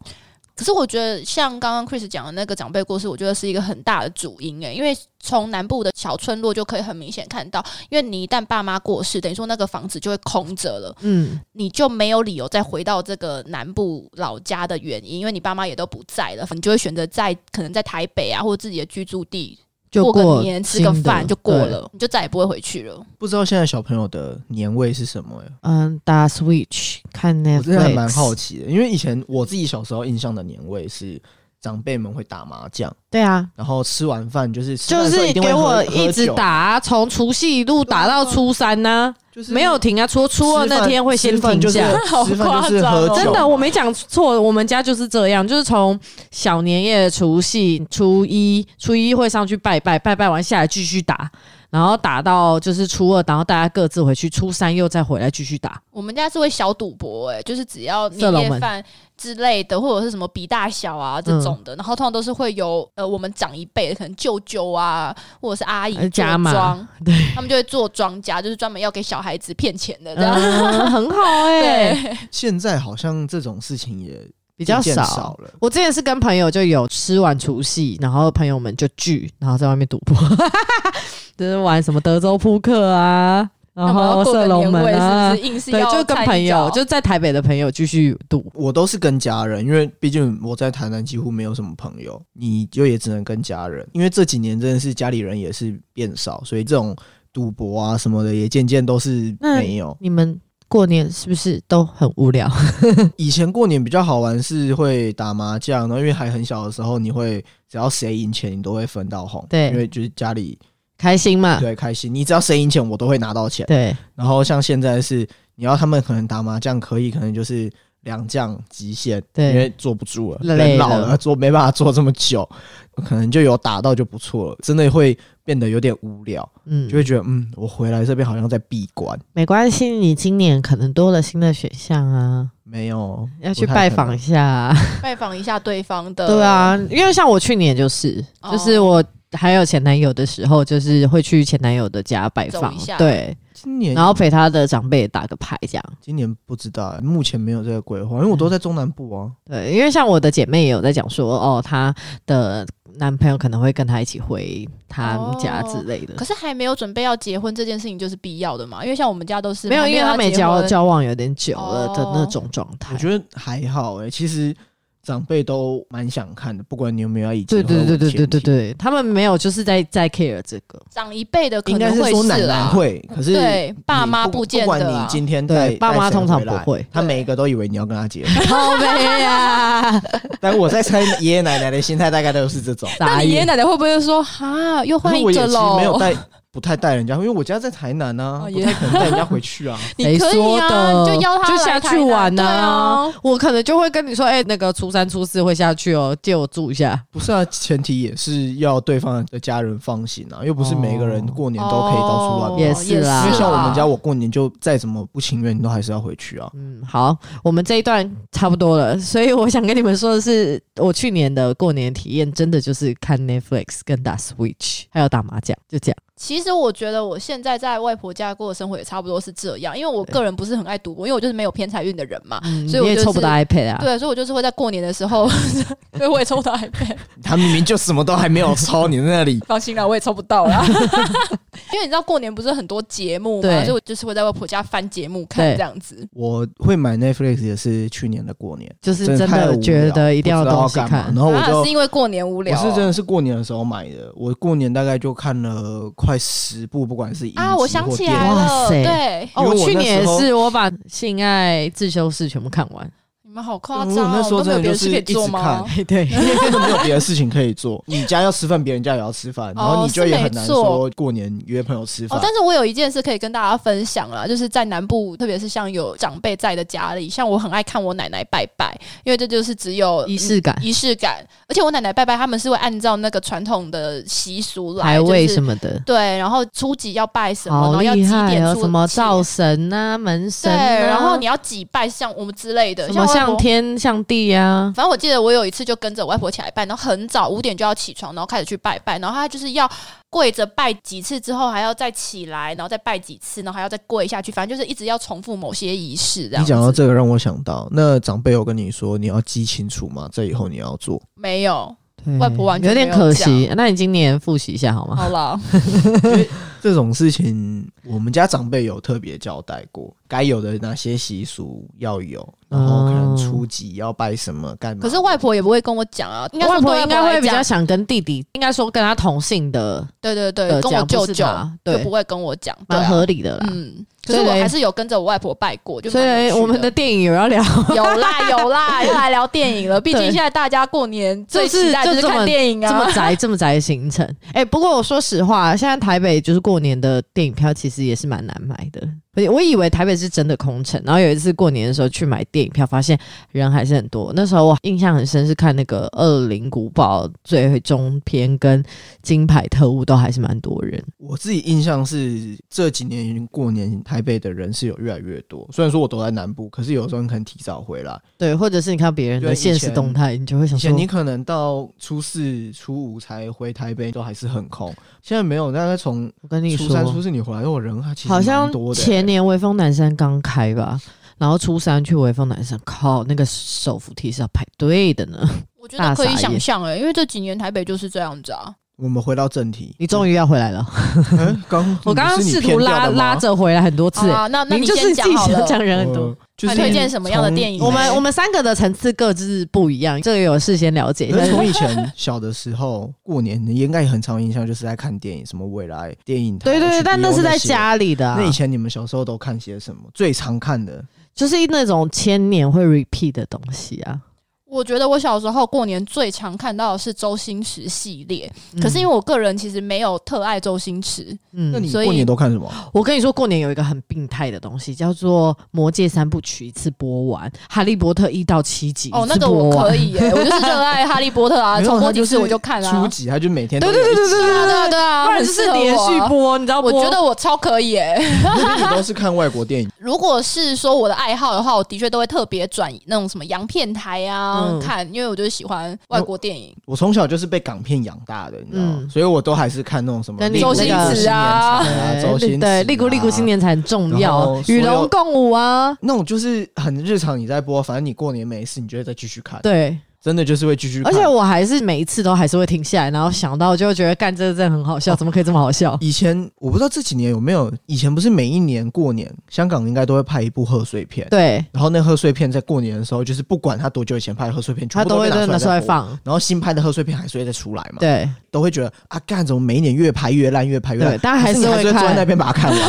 [SPEAKER 3] 可是我觉得，像刚刚 Chris 讲的那个长辈故事，我觉得是一个很大的主因欸诶、因为从南部的小村落就可以很明显看到，因为你一旦爸妈过世，等于说那个房子就会空着了，
[SPEAKER 2] 嗯，
[SPEAKER 3] 你就没有理由再回到这个南部老家的原因，因为你爸妈也都不在了，你就会选择在可能在台北啊，或者自己的居住地
[SPEAKER 2] 就
[SPEAKER 3] 过
[SPEAKER 2] 过
[SPEAKER 3] 个年吃个
[SPEAKER 2] 新的
[SPEAKER 3] 饭就过
[SPEAKER 2] 对
[SPEAKER 3] 了，你就再也不会回去了。
[SPEAKER 1] 不知道现在小朋友的年味是什么呀？欸
[SPEAKER 2] 嗯，打 Switch 看
[SPEAKER 1] 我真
[SPEAKER 2] 嗯 Netflix，
[SPEAKER 1] 的还蛮好奇的，因为以前我自己小时候印象的年味是长辈们会打麻将，
[SPEAKER 2] 对啊，
[SPEAKER 1] 然后吃完饭就是吃
[SPEAKER 2] 就
[SPEAKER 1] 饭的时候
[SPEAKER 2] 是
[SPEAKER 1] 一定
[SPEAKER 2] 给
[SPEAKER 1] 会喝
[SPEAKER 2] 我一直，打啊，从除夕一路打到初三呢、
[SPEAKER 1] 喝酒就是
[SPEAKER 2] 没有停啊，除
[SPEAKER 1] 吃饭
[SPEAKER 2] 初二那天会先
[SPEAKER 1] 吃饭
[SPEAKER 2] 停
[SPEAKER 1] 就是
[SPEAKER 2] 下。 (laughs)
[SPEAKER 1] 吃饭就是喝
[SPEAKER 3] 好夸张
[SPEAKER 1] 酒，
[SPEAKER 3] 哦
[SPEAKER 2] 真的，我没讲错，我们家就是这样，就是从小年夜、除夕、初一，初一会上去拜拜，拜拜完下来继续打，然后打到就是初二，然后大家各自回去，初三又再回来继续
[SPEAKER 3] (laughs)
[SPEAKER 2] 打。
[SPEAKER 3] 我们家是会小赌博、欸，就是只要
[SPEAKER 2] 射
[SPEAKER 3] 年
[SPEAKER 2] 龙
[SPEAKER 3] 夜
[SPEAKER 2] 门
[SPEAKER 3] 饭之类的，或者是什么比大小啊这种
[SPEAKER 2] 嗯
[SPEAKER 3] 的，然后通常都是会由呃我们长一辈的，可能舅舅啊，或者是阿姨
[SPEAKER 2] 呃加
[SPEAKER 3] 做
[SPEAKER 2] 码
[SPEAKER 3] 庄，
[SPEAKER 2] (laughs) 对，
[SPEAKER 3] 他们就会做庄家，就是专门要给小孩子骗钱的这样。 (laughs)
[SPEAKER 2] 嗯，很好哎、
[SPEAKER 3] 对，
[SPEAKER 1] 现在好像这种事情也
[SPEAKER 2] 比较
[SPEAKER 1] 渐渐
[SPEAKER 2] 少。
[SPEAKER 1] 少了。
[SPEAKER 2] 我之前是跟朋友就有吃完除夕，然后朋友们就聚，然后在外面赌博， (laughs) 就是玩什么德州扑克啊，然
[SPEAKER 3] 那我们
[SPEAKER 2] 后
[SPEAKER 3] 要过
[SPEAKER 2] 射
[SPEAKER 3] 个
[SPEAKER 2] 龙
[SPEAKER 3] 年
[SPEAKER 2] 门
[SPEAKER 3] 味
[SPEAKER 2] 啊，
[SPEAKER 3] 是不是硬是
[SPEAKER 2] 对，
[SPEAKER 3] 要
[SPEAKER 2] 就跟
[SPEAKER 3] 掺一
[SPEAKER 2] 朋友
[SPEAKER 3] 脚
[SPEAKER 2] 就在台北的朋友继续赌。
[SPEAKER 1] 我都是跟家人，因为毕竟我在台南几乎没有什么朋友，你就也只能跟家人。因为这几年真的是家里人也是变少，所以这种赌博啊什么的也渐渐都是
[SPEAKER 2] 那
[SPEAKER 1] 没有。
[SPEAKER 2] 你们过年是不是都很无聊？ (laughs)
[SPEAKER 1] 以前过年比较好玩是会打麻将，然后因为还很小的时候，你会只要谁赢钱，你都会分到红。
[SPEAKER 2] 对
[SPEAKER 1] 因为就是家里
[SPEAKER 2] 开心嘛？
[SPEAKER 1] 对开心，你只要谁赢钱，我都会拿到钱。
[SPEAKER 2] 对，
[SPEAKER 1] 然后像现在是，你要他们可能打麻将可以，可能就是两将极限，
[SPEAKER 2] 对
[SPEAKER 1] 因为坐不住了，
[SPEAKER 2] 累
[SPEAKER 1] 人老
[SPEAKER 2] 了
[SPEAKER 1] 了，坐没办法坐这么久，可能就有打到就不错了，真的会变得有点无聊，
[SPEAKER 2] 嗯
[SPEAKER 1] 就，会觉得嗯，我回来这边好像在闭关，
[SPEAKER 2] 没关系，你今年可能多了新的选项啊，
[SPEAKER 1] 没有
[SPEAKER 2] 要去拜访一，下、啊。
[SPEAKER 3] 拜访一下对方的，
[SPEAKER 2] 对，啊，因为像我去年就是，
[SPEAKER 3] 哦
[SPEAKER 2] 就是我还有前男友的时候，就是会去前男友的家拜
[SPEAKER 3] 走
[SPEAKER 2] 访
[SPEAKER 3] 一下，
[SPEAKER 2] 对，
[SPEAKER 1] 不太可能今年
[SPEAKER 2] 然后陪他的长辈打个牌这样。
[SPEAKER 1] 今年不知道，目前没有这个规划，因
[SPEAKER 2] 嗯
[SPEAKER 1] 为我都在中南部啊，
[SPEAKER 2] 对，因为像我的姐妹也有在讲说，哦，她的男朋友可能会跟她一起回他们家之类的。
[SPEAKER 3] 哦可是还没有准备要结婚这件事情就是必要的嘛，因为像我们家都是
[SPEAKER 2] 没有，
[SPEAKER 3] 还
[SPEAKER 2] 因为他
[SPEAKER 3] 要
[SPEAKER 2] 们也
[SPEAKER 3] 结
[SPEAKER 2] 交
[SPEAKER 3] 婚
[SPEAKER 2] 交往有点久了的那
[SPEAKER 3] 哦
[SPEAKER 2] 种状态
[SPEAKER 1] 我。觉得还好哎、其实长辈都蛮想看的，不管你有没有要以
[SPEAKER 2] 对
[SPEAKER 1] 结婚
[SPEAKER 2] 对对
[SPEAKER 1] 为
[SPEAKER 2] 对对
[SPEAKER 1] 前
[SPEAKER 2] 对
[SPEAKER 1] 提
[SPEAKER 2] 对，他们没有就是在在 care 这个，
[SPEAKER 3] 长一辈的可
[SPEAKER 1] 应该
[SPEAKER 3] 能
[SPEAKER 1] 是
[SPEAKER 3] 会
[SPEAKER 1] 说
[SPEAKER 2] 啊
[SPEAKER 1] 奶奶
[SPEAKER 3] 啦，
[SPEAKER 1] 会，可是
[SPEAKER 3] 对
[SPEAKER 1] 你
[SPEAKER 3] 爸妈
[SPEAKER 1] 不
[SPEAKER 3] 不见
[SPEAKER 1] 管
[SPEAKER 3] 得
[SPEAKER 1] 你
[SPEAKER 3] 啊
[SPEAKER 1] 今天带
[SPEAKER 2] 对爸
[SPEAKER 1] 带
[SPEAKER 2] 妈
[SPEAKER 1] 谁
[SPEAKER 2] 通常
[SPEAKER 1] 回
[SPEAKER 2] 不
[SPEAKER 1] 来
[SPEAKER 2] (laughs) 会
[SPEAKER 1] 他
[SPEAKER 3] 对
[SPEAKER 1] 每一个都以为你要跟他结
[SPEAKER 2] (laughs)
[SPEAKER 1] 婚。
[SPEAKER 2] 好悲 (laughs) 呀！
[SPEAKER 1] 但我在猜爷爷奶奶的心态大概都是这种。
[SPEAKER 3] 那
[SPEAKER 2] 傻
[SPEAKER 3] 你爷爷
[SPEAKER 2] 眼，
[SPEAKER 3] 奶奶会不会说啊，又
[SPEAKER 1] 可
[SPEAKER 3] 换
[SPEAKER 1] 是
[SPEAKER 3] 一
[SPEAKER 1] 我也
[SPEAKER 3] 个
[SPEAKER 1] 其实
[SPEAKER 3] 喽？
[SPEAKER 1] 没有带， (laughs) 不太带人家，因为我家在台南呢、
[SPEAKER 3] 哦
[SPEAKER 1] 不太可能带人家回去
[SPEAKER 3] (laughs)
[SPEAKER 1] 啊。
[SPEAKER 3] (laughs) 你可
[SPEAKER 2] 谁说
[SPEAKER 3] 以啊，
[SPEAKER 2] 的
[SPEAKER 3] 你就邀他
[SPEAKER 2] 就
[SPEAKER 3] 来
[SPEAKER 2] 下
[SPEAKER 3] 台
[SPEAKER 2] 去
[SPEAKER 3] 南
[SPEAKER 2] 玩
[SPEAKER 3] 对
[SPEAKER 2] 啊
[SPEAKER 3] 啊。
[SPEAKER 2] 我可能就会跟你说，哎，那个初三初四会下去哦，借我住一下。
[SPEAKER 1] 不是啊，前提也是要对方的家人放心啊，又不是每个人
[SPEAKER 2] 哦
[SPEAKER 1] 过年都可以到处乱跑。
[SPEAKER 3] 哦
[SPEAKER 1] 啊
[SPEAKER 2] 也
[SPEAKER 1] 因
[SPEAKER 2] 是啊啦
[SPEAKER 1] 为像我们家，
[SPEAKER 3] 啦
[SPEAKER 1] 我过年就再怎么不情愿，你都还是要回去啊。
[SPEAKER 2] 嗯，好，我们这一段差不多了，所以我想跟你们说的是，我去年的过年体验真的就是看 Netflix 跟打 Switch，还有打麻将，就这样。
[SPEAKER 3] 其实我觉得我现在在外婆家过的生活也差不多是这样，因为我个人不是很爱赌博，因为我就是没有偏财运的人嘛。
[SPEAKER 2] 嗯
[SPEAKER 3] 所以我
[SPEAKER 2] 你也
[SPEAKER 3] 就
[SPEAKER 2] 凑不
[SPEAKER 3] 是
[SPEAKER 2] 到 iPad 啊。
[SPEAKER 3] 对，所以我就是会在过年的时候， (laughs) 对我也抽不到 iPad，
[SPEAKER 1] 他明明就什么都还没有抽，你在那里
[SPEAKER 3] 放心啦，我也抽不到啦。 (laughs) 因为你知道过年不是很多节目嘛，
[SPEAKER 2] 对
[SPEAKER 3] 所以我就是会在外婆家翻节目看
[SPEAKER 2] 对
[SPEAKER 3] 这样子。
[SPEAKER 1] 我会买 Netflix 也是去年的过年，
[SPEAKER 2] 就是真
[SPEAKER 1] 真太无
[SPEAKER 2] 的
[SPEAKER 1] 聊
[SPEAKER 2] 觉得一定要有东西
[SPEAKER 1] 不知道干嘛
[SPEAKER 2] 看
[SPEAKER 1] 然。后我
[SPEAKER 3] 啊
[SPEAKER 1] 就是
[SPEAKER 3] 因为过年无聊
[SPEAKER 1] 我
[SPEAKER 3] 哦、
[SPEAKER 1] 是真的是过年的时候买的，我过年大概就看了快十部，不管是影集
[SPEAKER 3] 啊，我想
[SPEAKER 1] 或
[SPEAKER 3] 起
[SPEAKER 1] 电影
[SPEAKER 3] 来
[SPEAKER 2] 哇
[SPEAKER 3] 了，
[SPEAKER 2] 塞
[SPEAKER 3] 对，
[SPEAKER 1] 因
[SPEAKER 2] 哦，我
[SPEAKER 1] 为我
[SPEAKER 2] 去
[SPEAKER 1] 那
[SPEAKER 2] 年
[SPEAKER 1] 时
[SPEAKER 2] 也
[SPEAKER 1] 候
[SPEAKER 2] 是，我把《性爱自修室》全部看完。
[SPEAKER 3] 你们好夸
[SPEAKER 1] 我
[SPEAKER 3] 张、哦，
[SPEAKER 1] 那时候
[SPEAKER 3] 都没
[SPEAKER 1] 真的
[SPEAKER 3] 有别
[SPEAKER 1] 就
[SPEAKER 3] 的
[SPEAKER 1] 是
[SPEAKER 3] 事可
[SPEAKER 1] 一
[SPEAKER 3] 以做
[SPEAKER 1] 直看
[SPEAKER 3] 吗？，
[SPEAKER 2] 哎 (laughs) 对，
[SPEAKER 1] 因为真的没有别的事情可以做，你家要吃饭，别人家也要吃饭，然后你
[SPEAKER 3] 哦
[SPEAKER 1] 就也很难
[SPEAKER 3] 是没错
[SPEAKER 1] 说过年约朋友吃
[SPEAKER 3] 哦
[SPEAKER 1] 饭，。
[SPEAKER 3] 但是我有一件事可以跟大家分享啦，就是在南部，特别是像有长辈在的家里，像我很爱看我奶奶拜拜，因为这就是只有
[SPEAKER 2] 仪式感、
[SPEAKER 3] 仪式感，而且我奶奶拜拜他们是会按照那个传统的习俗来，
[SPEAKER 2] 排位
[SPEAKER 3] 就是
[SPEAKER 2] 什么的，
[SPEAKER 3] 对，然后初几要拜什么，然
[SPEAKER 2] 好
[SPEAKER 3] 后要
[SPEAKER 2] 厉
[SPEAKER 3] 几
[SPEAKER 2] 害
[SPEAKER 3] 点
[SPEAKER 2] 哦！
[SPEAKER 3] 出
[SPEAKER 2] 什么
[SPEAKER 3] 几
[SPEAKER 2] 灶神啊、门神
[SPEAKER 3] 对，
[SPEAKER 2] 啊，
[SPEAKER 3] 然后你要几拜像我们之类的，
[SPEAKER 2] 什么
[SPEAKER 3] 我外
[SPEAKER 2] 向
[SPEAKER 3] 婆
[SPEAKER 2] 天向地啊，
[SPEAKER 3] 反正我记得我有一次就跟着我外婆起来拜，然后很早五点就要起床，然后开始去拜拜，然后她就是要跪着拜几次之后，还要再起来，然后再拜几次，然后还要再跪下去，反正就是一直要重复某些仪式这样
[SPEAKER 1] 你
[SPEAKER 3] 子。
[SPEAKER 1] 讲到这个，让我想到，那长辈有跟你说你要记清楚吗？这以后你要做，
[SPEAKER 3] 没有？
[SPEAKER 2] 对
[SPEAKER 3] 外婆完全
[SPEAKER 2] 有点
[SPEAKER 3] 没有
[SPEAKER 2] (laughs)
[SPEAKER 3] 哦
[SPEAKER 2] 可惜。那你今年复习一下好吗？
[SPEAKER 3] 好了，
[SPEAKER 1] 这种事情，我们家长辈有特别交代过，该有的哪些习俗要有，然后可
[SPEAKER 2] 哦
[SPEAKER 1] 能初几要拜什么干嘛。
[SPEAKER 3] 可是外婆也不会跟我讲啊，
[SPEAKER 2] 应该外婆应该会比较
[SPEAKER 3] 讲，
[SPEAKER 2] 想跟弟弟，应该说跟他同姓的，
[SPEAKER 3] 对对对，
[SPEAKER 2] 呃
[SPEAKER 3] 跟我
[SPEAKER 2] 讲不
[SPEAKER 3] 舅
[SPEAKER 2] 是
[SPEAKER 3] 舅
[SPEAKER 2] 他
[SPEAKER 3] 就
[SPEAKER 2] 对
[SPEAKER 3] 不会跟我讲，对
[SPEAKER 2] 蛮
[SPEAKER 3] 啊
[SPEAKER 2] 合理的啦。
[SPEAKER 3] 嗯，可是我
[SPEAKER 2] 所以嘞
[SPEAKER 3] 还是有跟着我外婆拜过，就
[SPEAKER 2] 所
[SPEAKER 3] 蛮
[SPEAKER 2] 以
[SPEAKER 3] 有趣
[SPEAKER 2] 我们的电影有要聊，
[SPEAKER 3] (laughs) 有啦有啦，要来聊电影了。毕竟现在大家过年最期待就是
[SPEAKER 2] 就是这
[SPEAKER 3] 看
[SPEAKER 2] 么
[SPEAKER 3] 电
[SPEAKER 2] (laughs)
[SPEAKER 3] 影
[SPEAKER 2] 这
[SPEAKER 3] 啊
[SPEAKER 2] 么。宅这么宅的行程。哎、不过我说实话，现在台北就是过年的电影票其实也是蛮难买的。而且我以为台北是真的空城，然后有一次过年的时候去买电影票，发现人还是很多。那时候我印象很深是看那个《恶灵古堡》最终篇跟《金牌特务》都还是蛮多人。
[SPEAKER 1] 我自己印象是这几年过年台北的人是有越来越多，虽然说我都在南部，可是有时候你可能提早回来，
[SPEAKER 2] 对，或者是你看别人
[SPEAKER 1] 对
[SPEAKER 2] 的
[SPEAKER 1] 以
[SPEAKER 2] 现实
[SPEAKER 1] 前
[SPEAKER 2] 动态，你就会
[SPEAKER 1] 以
[SPEAKER 2] 想说
[SPEAKER 1] 前你可能到初四、初五才回台北，都还是很空。现在没有，大概从
[SPEAKER 2] 我跟你
[SPEAKER 1] 初三、初
[SPEAKER 2] 说，
[SPEAKER 1] 四你回来，我人还其实
[SPEAKER 2] 好像
[SPEAKER 1] 蛮多的欸、
[SPEAKER 2] 前年微风南山刚开吧，然后初三去微风南山，靠，那个手扶梯是要排队的呢。
[SPEAKER 3] 我觉得可
[SPEAKER 2] 大
[SPEAKER 3] 以
[SPEAKER 2] 傻眼
[SPEAKER 3] 想象哎、因为这几年台北就是这样子啊。
[SPEAKER 1] 我们回到正题，
[SPEAKER 2] 你终于要回来了，
[SPEAKER 1] (laughs) 嗯刚
[SPEAKER 2] (laughs) 我刚刚
[SPEAKER 1] 不是你
[SPEAKER 2] 试
[SPEAKER 1] 骗
[SPEAKER 2] 图
[SPEAKER 1] 掉
[SPEAKER 2] 拉
[SPEAKER 1] 的吗
[SPEAKER 2] 拉着回来很多次、
[SPEAKER 3] 啊，那那
[SPEAKER 2] 明明
[SPEAKER 3] 你
[SPEAKER 2] 就
[SPEAKER 3] 先
[SPEAKER 2] 是
[SPEAKER 3] 讲
[SPEAKER 2] 自己
[SPEAKER 3] 好了
[SPEAKER 2] 想。讲人很多。
[SPEAKER 1] 呃就是
[SPEAKER 3] 那推荐什么样的电影
[SPEAKER 1] 从
[SPEAKER 2] 我们我们三个的层次各自不一样，这个有事先了解一
[SPEAKER 1] 可
[SPEAKER 2] 下
[SPEAKER 1] 是。
[SPEAKER 2] (laughs)
[SPEAKER 1] 从以前小的时候，过年你应该也很常印象，就是在看电影，什么未来电影台
[SPEAKER 2] 对对对，
[SPEAKER 1] HBO
[SPEAKER 2] 但那是在
[SPEAKER 1] 些。
[SPEAKER 2] 家里的、啊
[SPEAKER 1] 那，以前你们小时候都看些什么？最常看的
[SPEAKER 2] 就是那种千年会 repeat 的东西啊。
[SPEAKER 3] 我觉得我小时候过年最常看到的是周星驰系列，可是因
[SPEAKER 2] 为，
[SPEAKER 3] 为我个人其实没有特爱周星驰，
[SPEAKER 2] 嗯
[SPEAKER 1] 那你
[SPEAKER 3] 所以
[SPEAKER 1] 过年都看什么？
[SPEAKER 2] 我跟你说，过年有一个很病态的东西，叫做《魔戒三部曲》，一次播完，《哈利波特》一到七集，
[SPEAKER 3] 哦，
[SPEAKER 2] 一
[SPEAKER 3] 那
[SPEAKER 2] 次
[SPEAKER 3] 个
[SPEAKER 2] 播啊
[SPEAKER 3] 我
[SPEAKER 2] 完
[SPEAKER 3] 可。
[SPEAKER 2] (laughs)
[SPEAKER 3] 以耶、我就是热爱哈利波特啊，
[SPEAKER 1] 没有
[SPEAKER 3] 重播
[SPEAKER 1] 它
[SPEAKER 3] 几次
[SPEAKER 1] 是
[SPEAKER 3] 我就看啊
[SPEAKER 1] 初。几他就每天
[SPEAKER 2] 对
[SPEAKER 1] 都
[SPEAKER 2] 对
[SPEAKER 1] 有
[SPEAKER 2] 对
[SPEAKER 1] 一集
[SPEAKER 2] 对对
[SPEAKER 3] 对
[SPEAKER 2] 对
[SPEAKER 3] 啊对啊对啊，
[SPEAKER 2] 不然就
[SPEAKER 3] 很适
[SPEAKER 2] 是
[SPEAKER 3] 合我啊
[SPEAKER 2] 连续。播，你知道
[SPEAKER 3] 我
[SPEAKER 2] 播
[SPEAKER 3] 觉得我超可以耶、
[SPEAKER 1] 那你都是看外国电影， (laughs)
[SPEAKER 3] 如果是说我的爱好的话，我的确都会特别转那种什么洋片台啊、
[SPEAKER 2] 嗯
[SPEAKER 3] 看，因为我就是喜欢外国电影。
[SPEAKER 1] 我从小就是被港片养大的，你知道吗？
[SPEAKER 2] 嗯
[SPEAKER 1] 所以我都还是看那种什么
[SPEAKER 2] 跟
[SPEAKER 1] 利古
[SPEAKER 2] 周星
[SPEAKER 1] 利古
[SPEAKER 2] 驰
[SPEAKER 1] 新年
[SPEAKER 3] 啊
[SPEAKER 1] 财啊，周星驰
[SPEAKER 2] (laughs) 对，利古利古
[SPEAKER 1] 啊
[SPEAKER 2] 新年才很重
[SPEAKER 1] 然
[SPEAKER 2] 要
[SPEAKER 1] 后，所有
[SPEAKER 2] 与龙共舞啊，
[SPEAKER 1] 那种就是很日常，你在播，反正你过年没事，你就会再继续看，
[SPEAKER 2] 对，
[SPEAKER 1] 真的就是会继续看。
[SPEAKER 2] 而且我还是每一次都还是会停下来，然后想到就会觉得干这个真的很好笑，怎么可以这么好笑？
[SPEAKER 1] 以前我不知道这几年有没有，以前不是每一年过年，香港应该都会拍一部贺岁片，
[SPEAKER 2] 对，
[SPEAKER 1] 然后那贺岁片在过年的时候，就是不管他多久以前拍的贺岁片，全
[SPEAKER 2] 他
[SPEAKER 1] 部
[SPEAKER 2] 都会
[SPEAKER 1] 被
[SPEAKER 2] 真的
[SPEAKER 1] 拿
[SPEAKER 2] 拿出来
[SPEAKER 1] 播。
[SPEAKER 2] 放，
[SPEAKER 1] 然后新拍的贺岁片还是会再出来嘛，
[SPEAKER 2] 对
[SPEAKER 1] 都会觉得啊，干怎么每一年越拍越烂，越拍越
[SPEAKER 2] 对，
[SPEAKER 1] 烂，
[SPEAKER 2] 大家还
[SPEAKER 1] 可是
[SPEAKER 2] 是
[SPEAKER 1] 你还
[SPEAKER 2] 会
[SPEAKER 1] 是会坐在那
[SPEAKER 2] 看。
[SPEAKER 1] 边把它看
[SPEAKER 2] (laughs)
[SPEAKER 1] 完，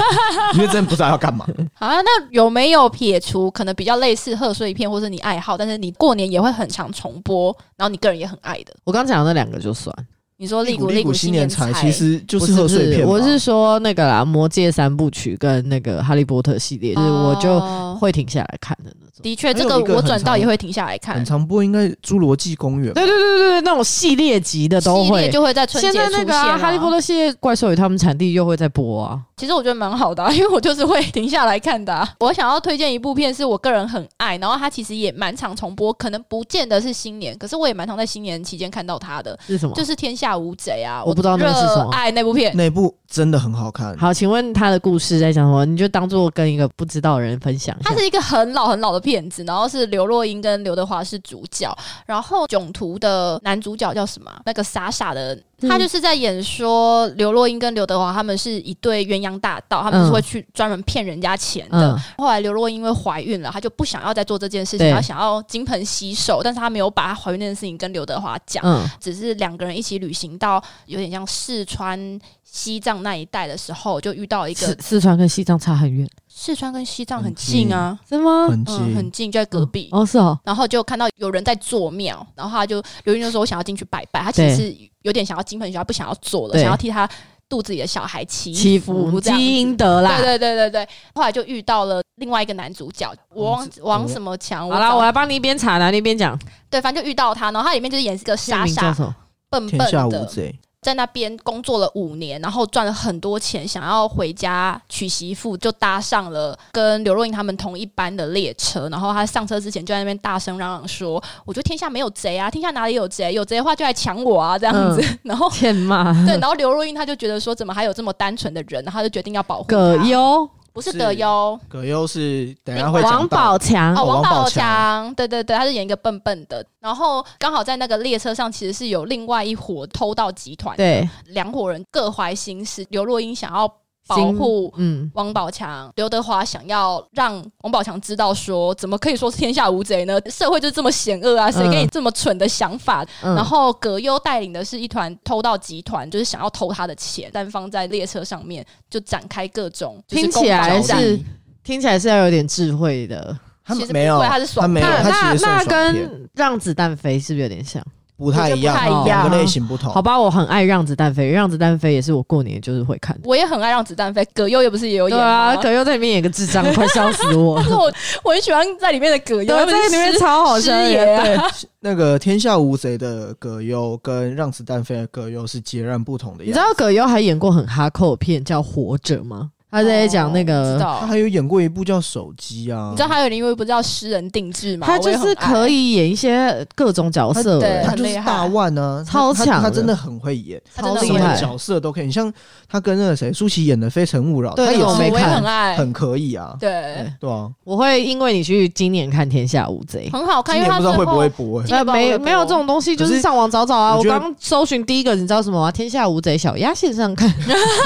[SPEAKER 1] 因为真的不知道要干嘛。
[SPEAKER 3] 啊，那有没有撇除可能比较类似贺岁片或是你爱好，但是你过年也会很常重播，然后你个人也很爱的？
[SPEAKER 2] 我刚讲的那两个就算。
[SPEAKER 3] 你说利
[SPEAKER 1] 古
[SPEAKER 3] 古利
[SPEAKER 1] 古
[SPEAKER 3] 新哦
[SPEAKER 1] 年
[SPEAKER 3] 财，
[SPEAKER 1] 其实就
[SPEAKER 2] 不
[SPEAKER 1] 贺
[SPEAKER 2] 不
[SPEAKER 1] 岁片嘛，
[SPEAKER 2] 我是说那个啦，《魔戒》三部曲跟那个《哈利波特》系列，就是我就
[SPEAKER 3] 哦
[SPEAKER 2] 会停下来看的那种。
[SPEAKER 3] 的确，
[SPEAKER 1] 还有
[SPEAKER 3] 这个
[SPEAKER 1] 一个
[SPEAKER 3] 我
[SPEAKER 1] 很
[SPEAKER 3] 转到
[SPEAKER 1] 常
[SPEAKER 3] 也会停下来看
[SPEAKER 1] 很，常播，应该《侏罗纪公园》吧
[SPEAKER 2] 对对对对对，那种系列级的都
[SPEAKER 3] 系列
[SPEAKER 2] 会。
[SPEAKER 3] 就会在春节
[SPEAKER 2] 现在那
[SPEAKER 3] 出
[SPEAKER 2] 个、
[SPEAKER 3] 现
[SPEAKER 2] 啊
[SPEAKER 3] 啊
[SPEAKER 2] 《哈利波特》系列《怪兽与他们产地》又会在播啊。
[SPEAKER 3] 其实我觉得蛮好的啊、因为我就是会停下来看的啊、 (laughs) 我想要推荐一部片，是我个人很爱，然后它其实也蛮常重播，可能不见得是新年，可是我也蛮常在新年期间看到它的，
[SPEAKER 2] 是什么？
[SPEAKER 3] 就是《天下无贼》啊，
[SPEAKER 2] 我不知道那个是什么
[SPEAKER 3] 热爱那
[SPEAKER 2] (laughs)
[SPEAKER 3] 部片。
[SPEAKER 1] 那部真的很好看。
[SPEAKER 2] 好，请问他的故事在讲什么？你就当做跟一个不知道的人分享一下。
[SPEAKER 3] 它是一个很老很老的片子，然后是刘若英跟刘德华是主角，然后囧途的男主角叫什么啊？那个傻傻的，
[SPEAKER 2] 嗯
[SPEAKER 3] 他就是在演说刘若英跟刘德华他们是一对鸳鸯大盗，他们就是会去专门骗人家钱的。
[SPEAKER 2] 嗯，
[SPEAKER 3] 后来刘若英因为怀孕了，她就不想要再做这件事情，
[SPEAKER 2] 对
[SPEAKER 3] 她想要金盆洗手，但是她没有把她怀孕那件事情跟刘德华讲，
[SPEAKER 2] 嗯
[SPEAKER 3] 只是两个人一起旅行到有点像四川、西藏那一带的时候，就遇到一
[SPEAKER 2] 四
[SPEAKER 3] 个
[SPEAKER 2] 四川跟西藏差很远，
[SPEAKER 3] 四川跟西藏
[SPEAKER 1] 很
[SPEAKER 3] 很近啊，
[SPEAKER 2] 是吗？
[SPEAKER 1] 很
[SPEAKER 3] 嗯，
[SPEAKER 1] 近
[SPEAKER 3] 很，近，就在隔壁。
[SPEAKER 2] 哦，是哦，
[SPEAKER 3] 然后就看到有人在做庙，然后他就刘英就说：“我想要进去拜拜。”他其
[SPEAKER 2] 对
[SPEAKER 3] 实有点想要金盆洗手，他不想要做了，
[SPEAKER 2] 对
[SPEAKER 3] 想要替他肚子里的小孩祈
[SPEAKER 2] 祈
[SPEAKER 3] 福
[SPEAKER 2] 福
[SPEAKER 3] 这样
[SPEAKER 2] 基
[SPEAKER 3] 子
[SPEAKER 2] 因德啦。
[SPEAKER 3] 对对对对对，后来就遇到了另外一个男主角，我
[SPEAKER 1] 王
[SPEAKER 3] 王
[SPEAKER 1] 子
[SPEAKER 3] 王什么强？
[SPEAKER 2] 嗯好啦，
[SPEAKER 3] 找
[SPEAKER 2] 我来帮你一边查，然后你一边讲。
[SPEAKER 3] 对，反正就遇到他，然后他里面就是演一个
[SPEAKER 2] 片
[SPEAKER 3] 傻
[SPEAKER 2] 名叫
[SPEAKER 3] 傻
[SPEAKER 2] 什
[SPEAKER 3] (laughs)
[SPEAKER 2] 么？
[SPEAKER 3] 笨笨
[SPEAKER 1] 天下无
[SPEAKER 3] 的，
[SPEAKER 1] 贼，
[SPEAKER 3] 在那边工作了五年，然后赚了很多钱，想要回家娶媳妇，就搭上了跟刘若英他们同一班的列车。然后他上车之前就在那边大声嚷嚷说：“我觉得天下没有贼啊，天下哪里有贼？有贼的话就来抢我啊！”这样子，
[SPEAKER 2] 嗯
[SPEAKER 3] (laughs) 然后。
[SPEAKER 2] 欠骂。
[SPEAKER 3] 对，然后刘若英她就觉得说，怎么还有这么单纯的人？然后她就决定要保护
[SPEAKER 2] 葛
[SPEAKER 3] 他
[SPEAKER 2] 优、
[SPEAKER 3] 不是
[SPEAKER 1] 是
[SPEAKER 3] 葛优，
[SPEAKER 1] 葛优是等一下会
[SPEAKER 2] 王
[SPEAKER 1] 讲到
[SPEAKER 2] 宝强
[SPEAKER 3] 哦，，王
[SPEAKER 1] 王宝
[SPEAKER 3] 宝
[SPEAKER 1] 强
[SPEAKER 3] 强，对对对，他是演一个笨笨的，然后刚好在那个列车上，其实是有另外一伙偷盗集团，
[SPEAKER 2] 对，
[SPEAKER 3] 两伙人各怀心事。刘若英想要保护
[SPEAKER 2] 嗯，
[SPEAKER 3] 王宝强，刘德华想要让王宝强知道说，怎么可以说是天下无贼呢？社会就这么险恶啊，谁给你这么蠢的想法？
[SPEAKER 2] 嗯
[SPEAKER 3] 然后葛优带领的是一团偷盗集团，就是想要偷他的钱。单方在列车上面就展开各种，就是
[SPEAKER 2] 听起来
[SPEAKER 3] 攻防战
[SPEAKER 2] 是听起来是要有点智慧的。
[SPEAKER 1] 他
[SPEAKER 3] 其实
[SPEAKER 1] 没
[SPEAKER 3] 不
[SPEAKER 1] 有，
[SPEAKER 3] 会他是爽
[SPEAKER 1] 他没有，
[SPEAKER 2] 那
[SPEAKER 1] 他
[SPEAKER 2] 那
[SPEAKER 1] 其实
[SPEAKER 2] 那
[SPEAKER 1] 算爽片
[SPEAKER 2] 跟让子弹飞是不是有点像？
[SPEAKER 1] 不太一样
[SPEAKER 3] 我觉
[SPEAKER 2] 不，太
[SPEAKER 3] 得
[SPEAKER 2] 一样
[SPEAKER 1] 两个类型不同
[SPEAKER 2] 好。吧，我很爱让子弹飞，让子弹飞也是我过年就是会看的。
[SPEAKER 3] 我也很爱让子弹飞，葛优也不是也有演
[SPEAKER 2] 对
[SPEAKER 3] 吗？
[SPEAKER 2] 啊，葛优在里面演个智
[SPEAKER 3] (laughs)
[SPEAKER 2] 障，快笑死我
[SPEAKER 3] 但！是我我很喜欢在里面的葛优，
[SPEAKER 2] 对，
[SPEAKER 3] 他们
[SPEAKER 2] 在
[SPEAKER 3] 是
[SPEAKER 2] 里面
[SPEAKER 3] 师
[SPEAKER 2] 超好笑的。
[SPEAKER 3] 师爷啊
[SPEAKER 2] 对，
[SPEAKER 1] 那个《天下无贼》的葛优跟《让子弹飞》的葛优是截然不同的
[SPEAKER 2] 你
[SPEAKER 1] 样
[SPEAKER 2] 知
[SPEAKER 1] 子。
[SPEAKER 2] 道葛优还演过很哈扣的片叫《活着》吗？他在讲那
[SPEAKER 3] 哦知
[SPEAKER 2] 个，
[SPEAKER 1] 他
[SPEAKER 2] 嗯
[SPEAKER 3] 道。
[SPEAKER 1] 还有演过一部叫《手机》啊，
[SPEAKER 3] 你知道还有另一位不叫诗人定制吗？
[SPEAKER 2] 他就
[SPEAKER 3] 我也很
[SPEAKER 2] 是
[SPEAKER 3] 爱哦
[SPEAKER 2] 可以演一些各种角色。
[SPEAKER 3] 对
[SPEAKER 1] 他
[SPEAKER 2] 欸
[SPEAKER 3] 很
[SPEAKER 1] 就是
[SPEAKER 3] 厉害
[SPEAKER 1] 大腕呢、啊，
[SPEAKER 2] 超
[SPEAKER 1] 他
[SPEAKER 2] 强
[SPEAKER 1] 他，他
[SPEAKER 2] 的
[SPEAKER 1] 真的很会演，
[SPEAKER 3] 他真的
[SPEAKER 2] 超
[SPEAKER 1] 什
[SPEAKER 2] 厉害
[SPEAKER 1] 么角色都可以。你像他跟那个谁，舒淇演的《非诚勿扰》，
[SPEAKER 2] 对
[SPEAKER 1] 他也
[SPEAKER 2] 那我
[SPEAKER 1] 是
[SPEAKER 2] 没
[SPEAKER 3] 我也
[SPEAKER 2] 看哎
[SPEAKER 3] 很爱，
[SPEAKER 1] 很可以啊，
[SPEAKER 3] 对，
[SPEAKER 1] 对啊。
[SPEAKER 2] 我会因为你去今年看《天下无贼》。 (laughs)
[SPEAKER 3] 很好看，
[SPEAKER 1] 今
[SPEAKER 3] 因
[SPEAKER 1] 年
[SPEAKER 3] 为他
[SPEAKER 1] 不知道
[SPEAKER 3] 最
[SPEAKER 1] 会不
[SPEAKER 3] 后
[SPEAKER 1] 会播、欸，
[SPEAKER 3] 今天
[SPEAKER 2] 呃，
[SPEAKER 3] 不知道会
[SPEAKER 2] 没
[SPEAKER 3] 不会
[SPEAKER 2] 没有这种东西，就
[SPEAKER 1] 可
[SPEAKER 2] 是
[SPEAKER 1] 是
[SPEAKER 2] 上网找找啊。
[SPEAKER 1] 我
[SPEAKER 2] 我
[SPEAKER 1] 觉得
[SPEAKER 2] 刚搜寻第一个，你知道什么吗？天下无贼，小鸭线上看。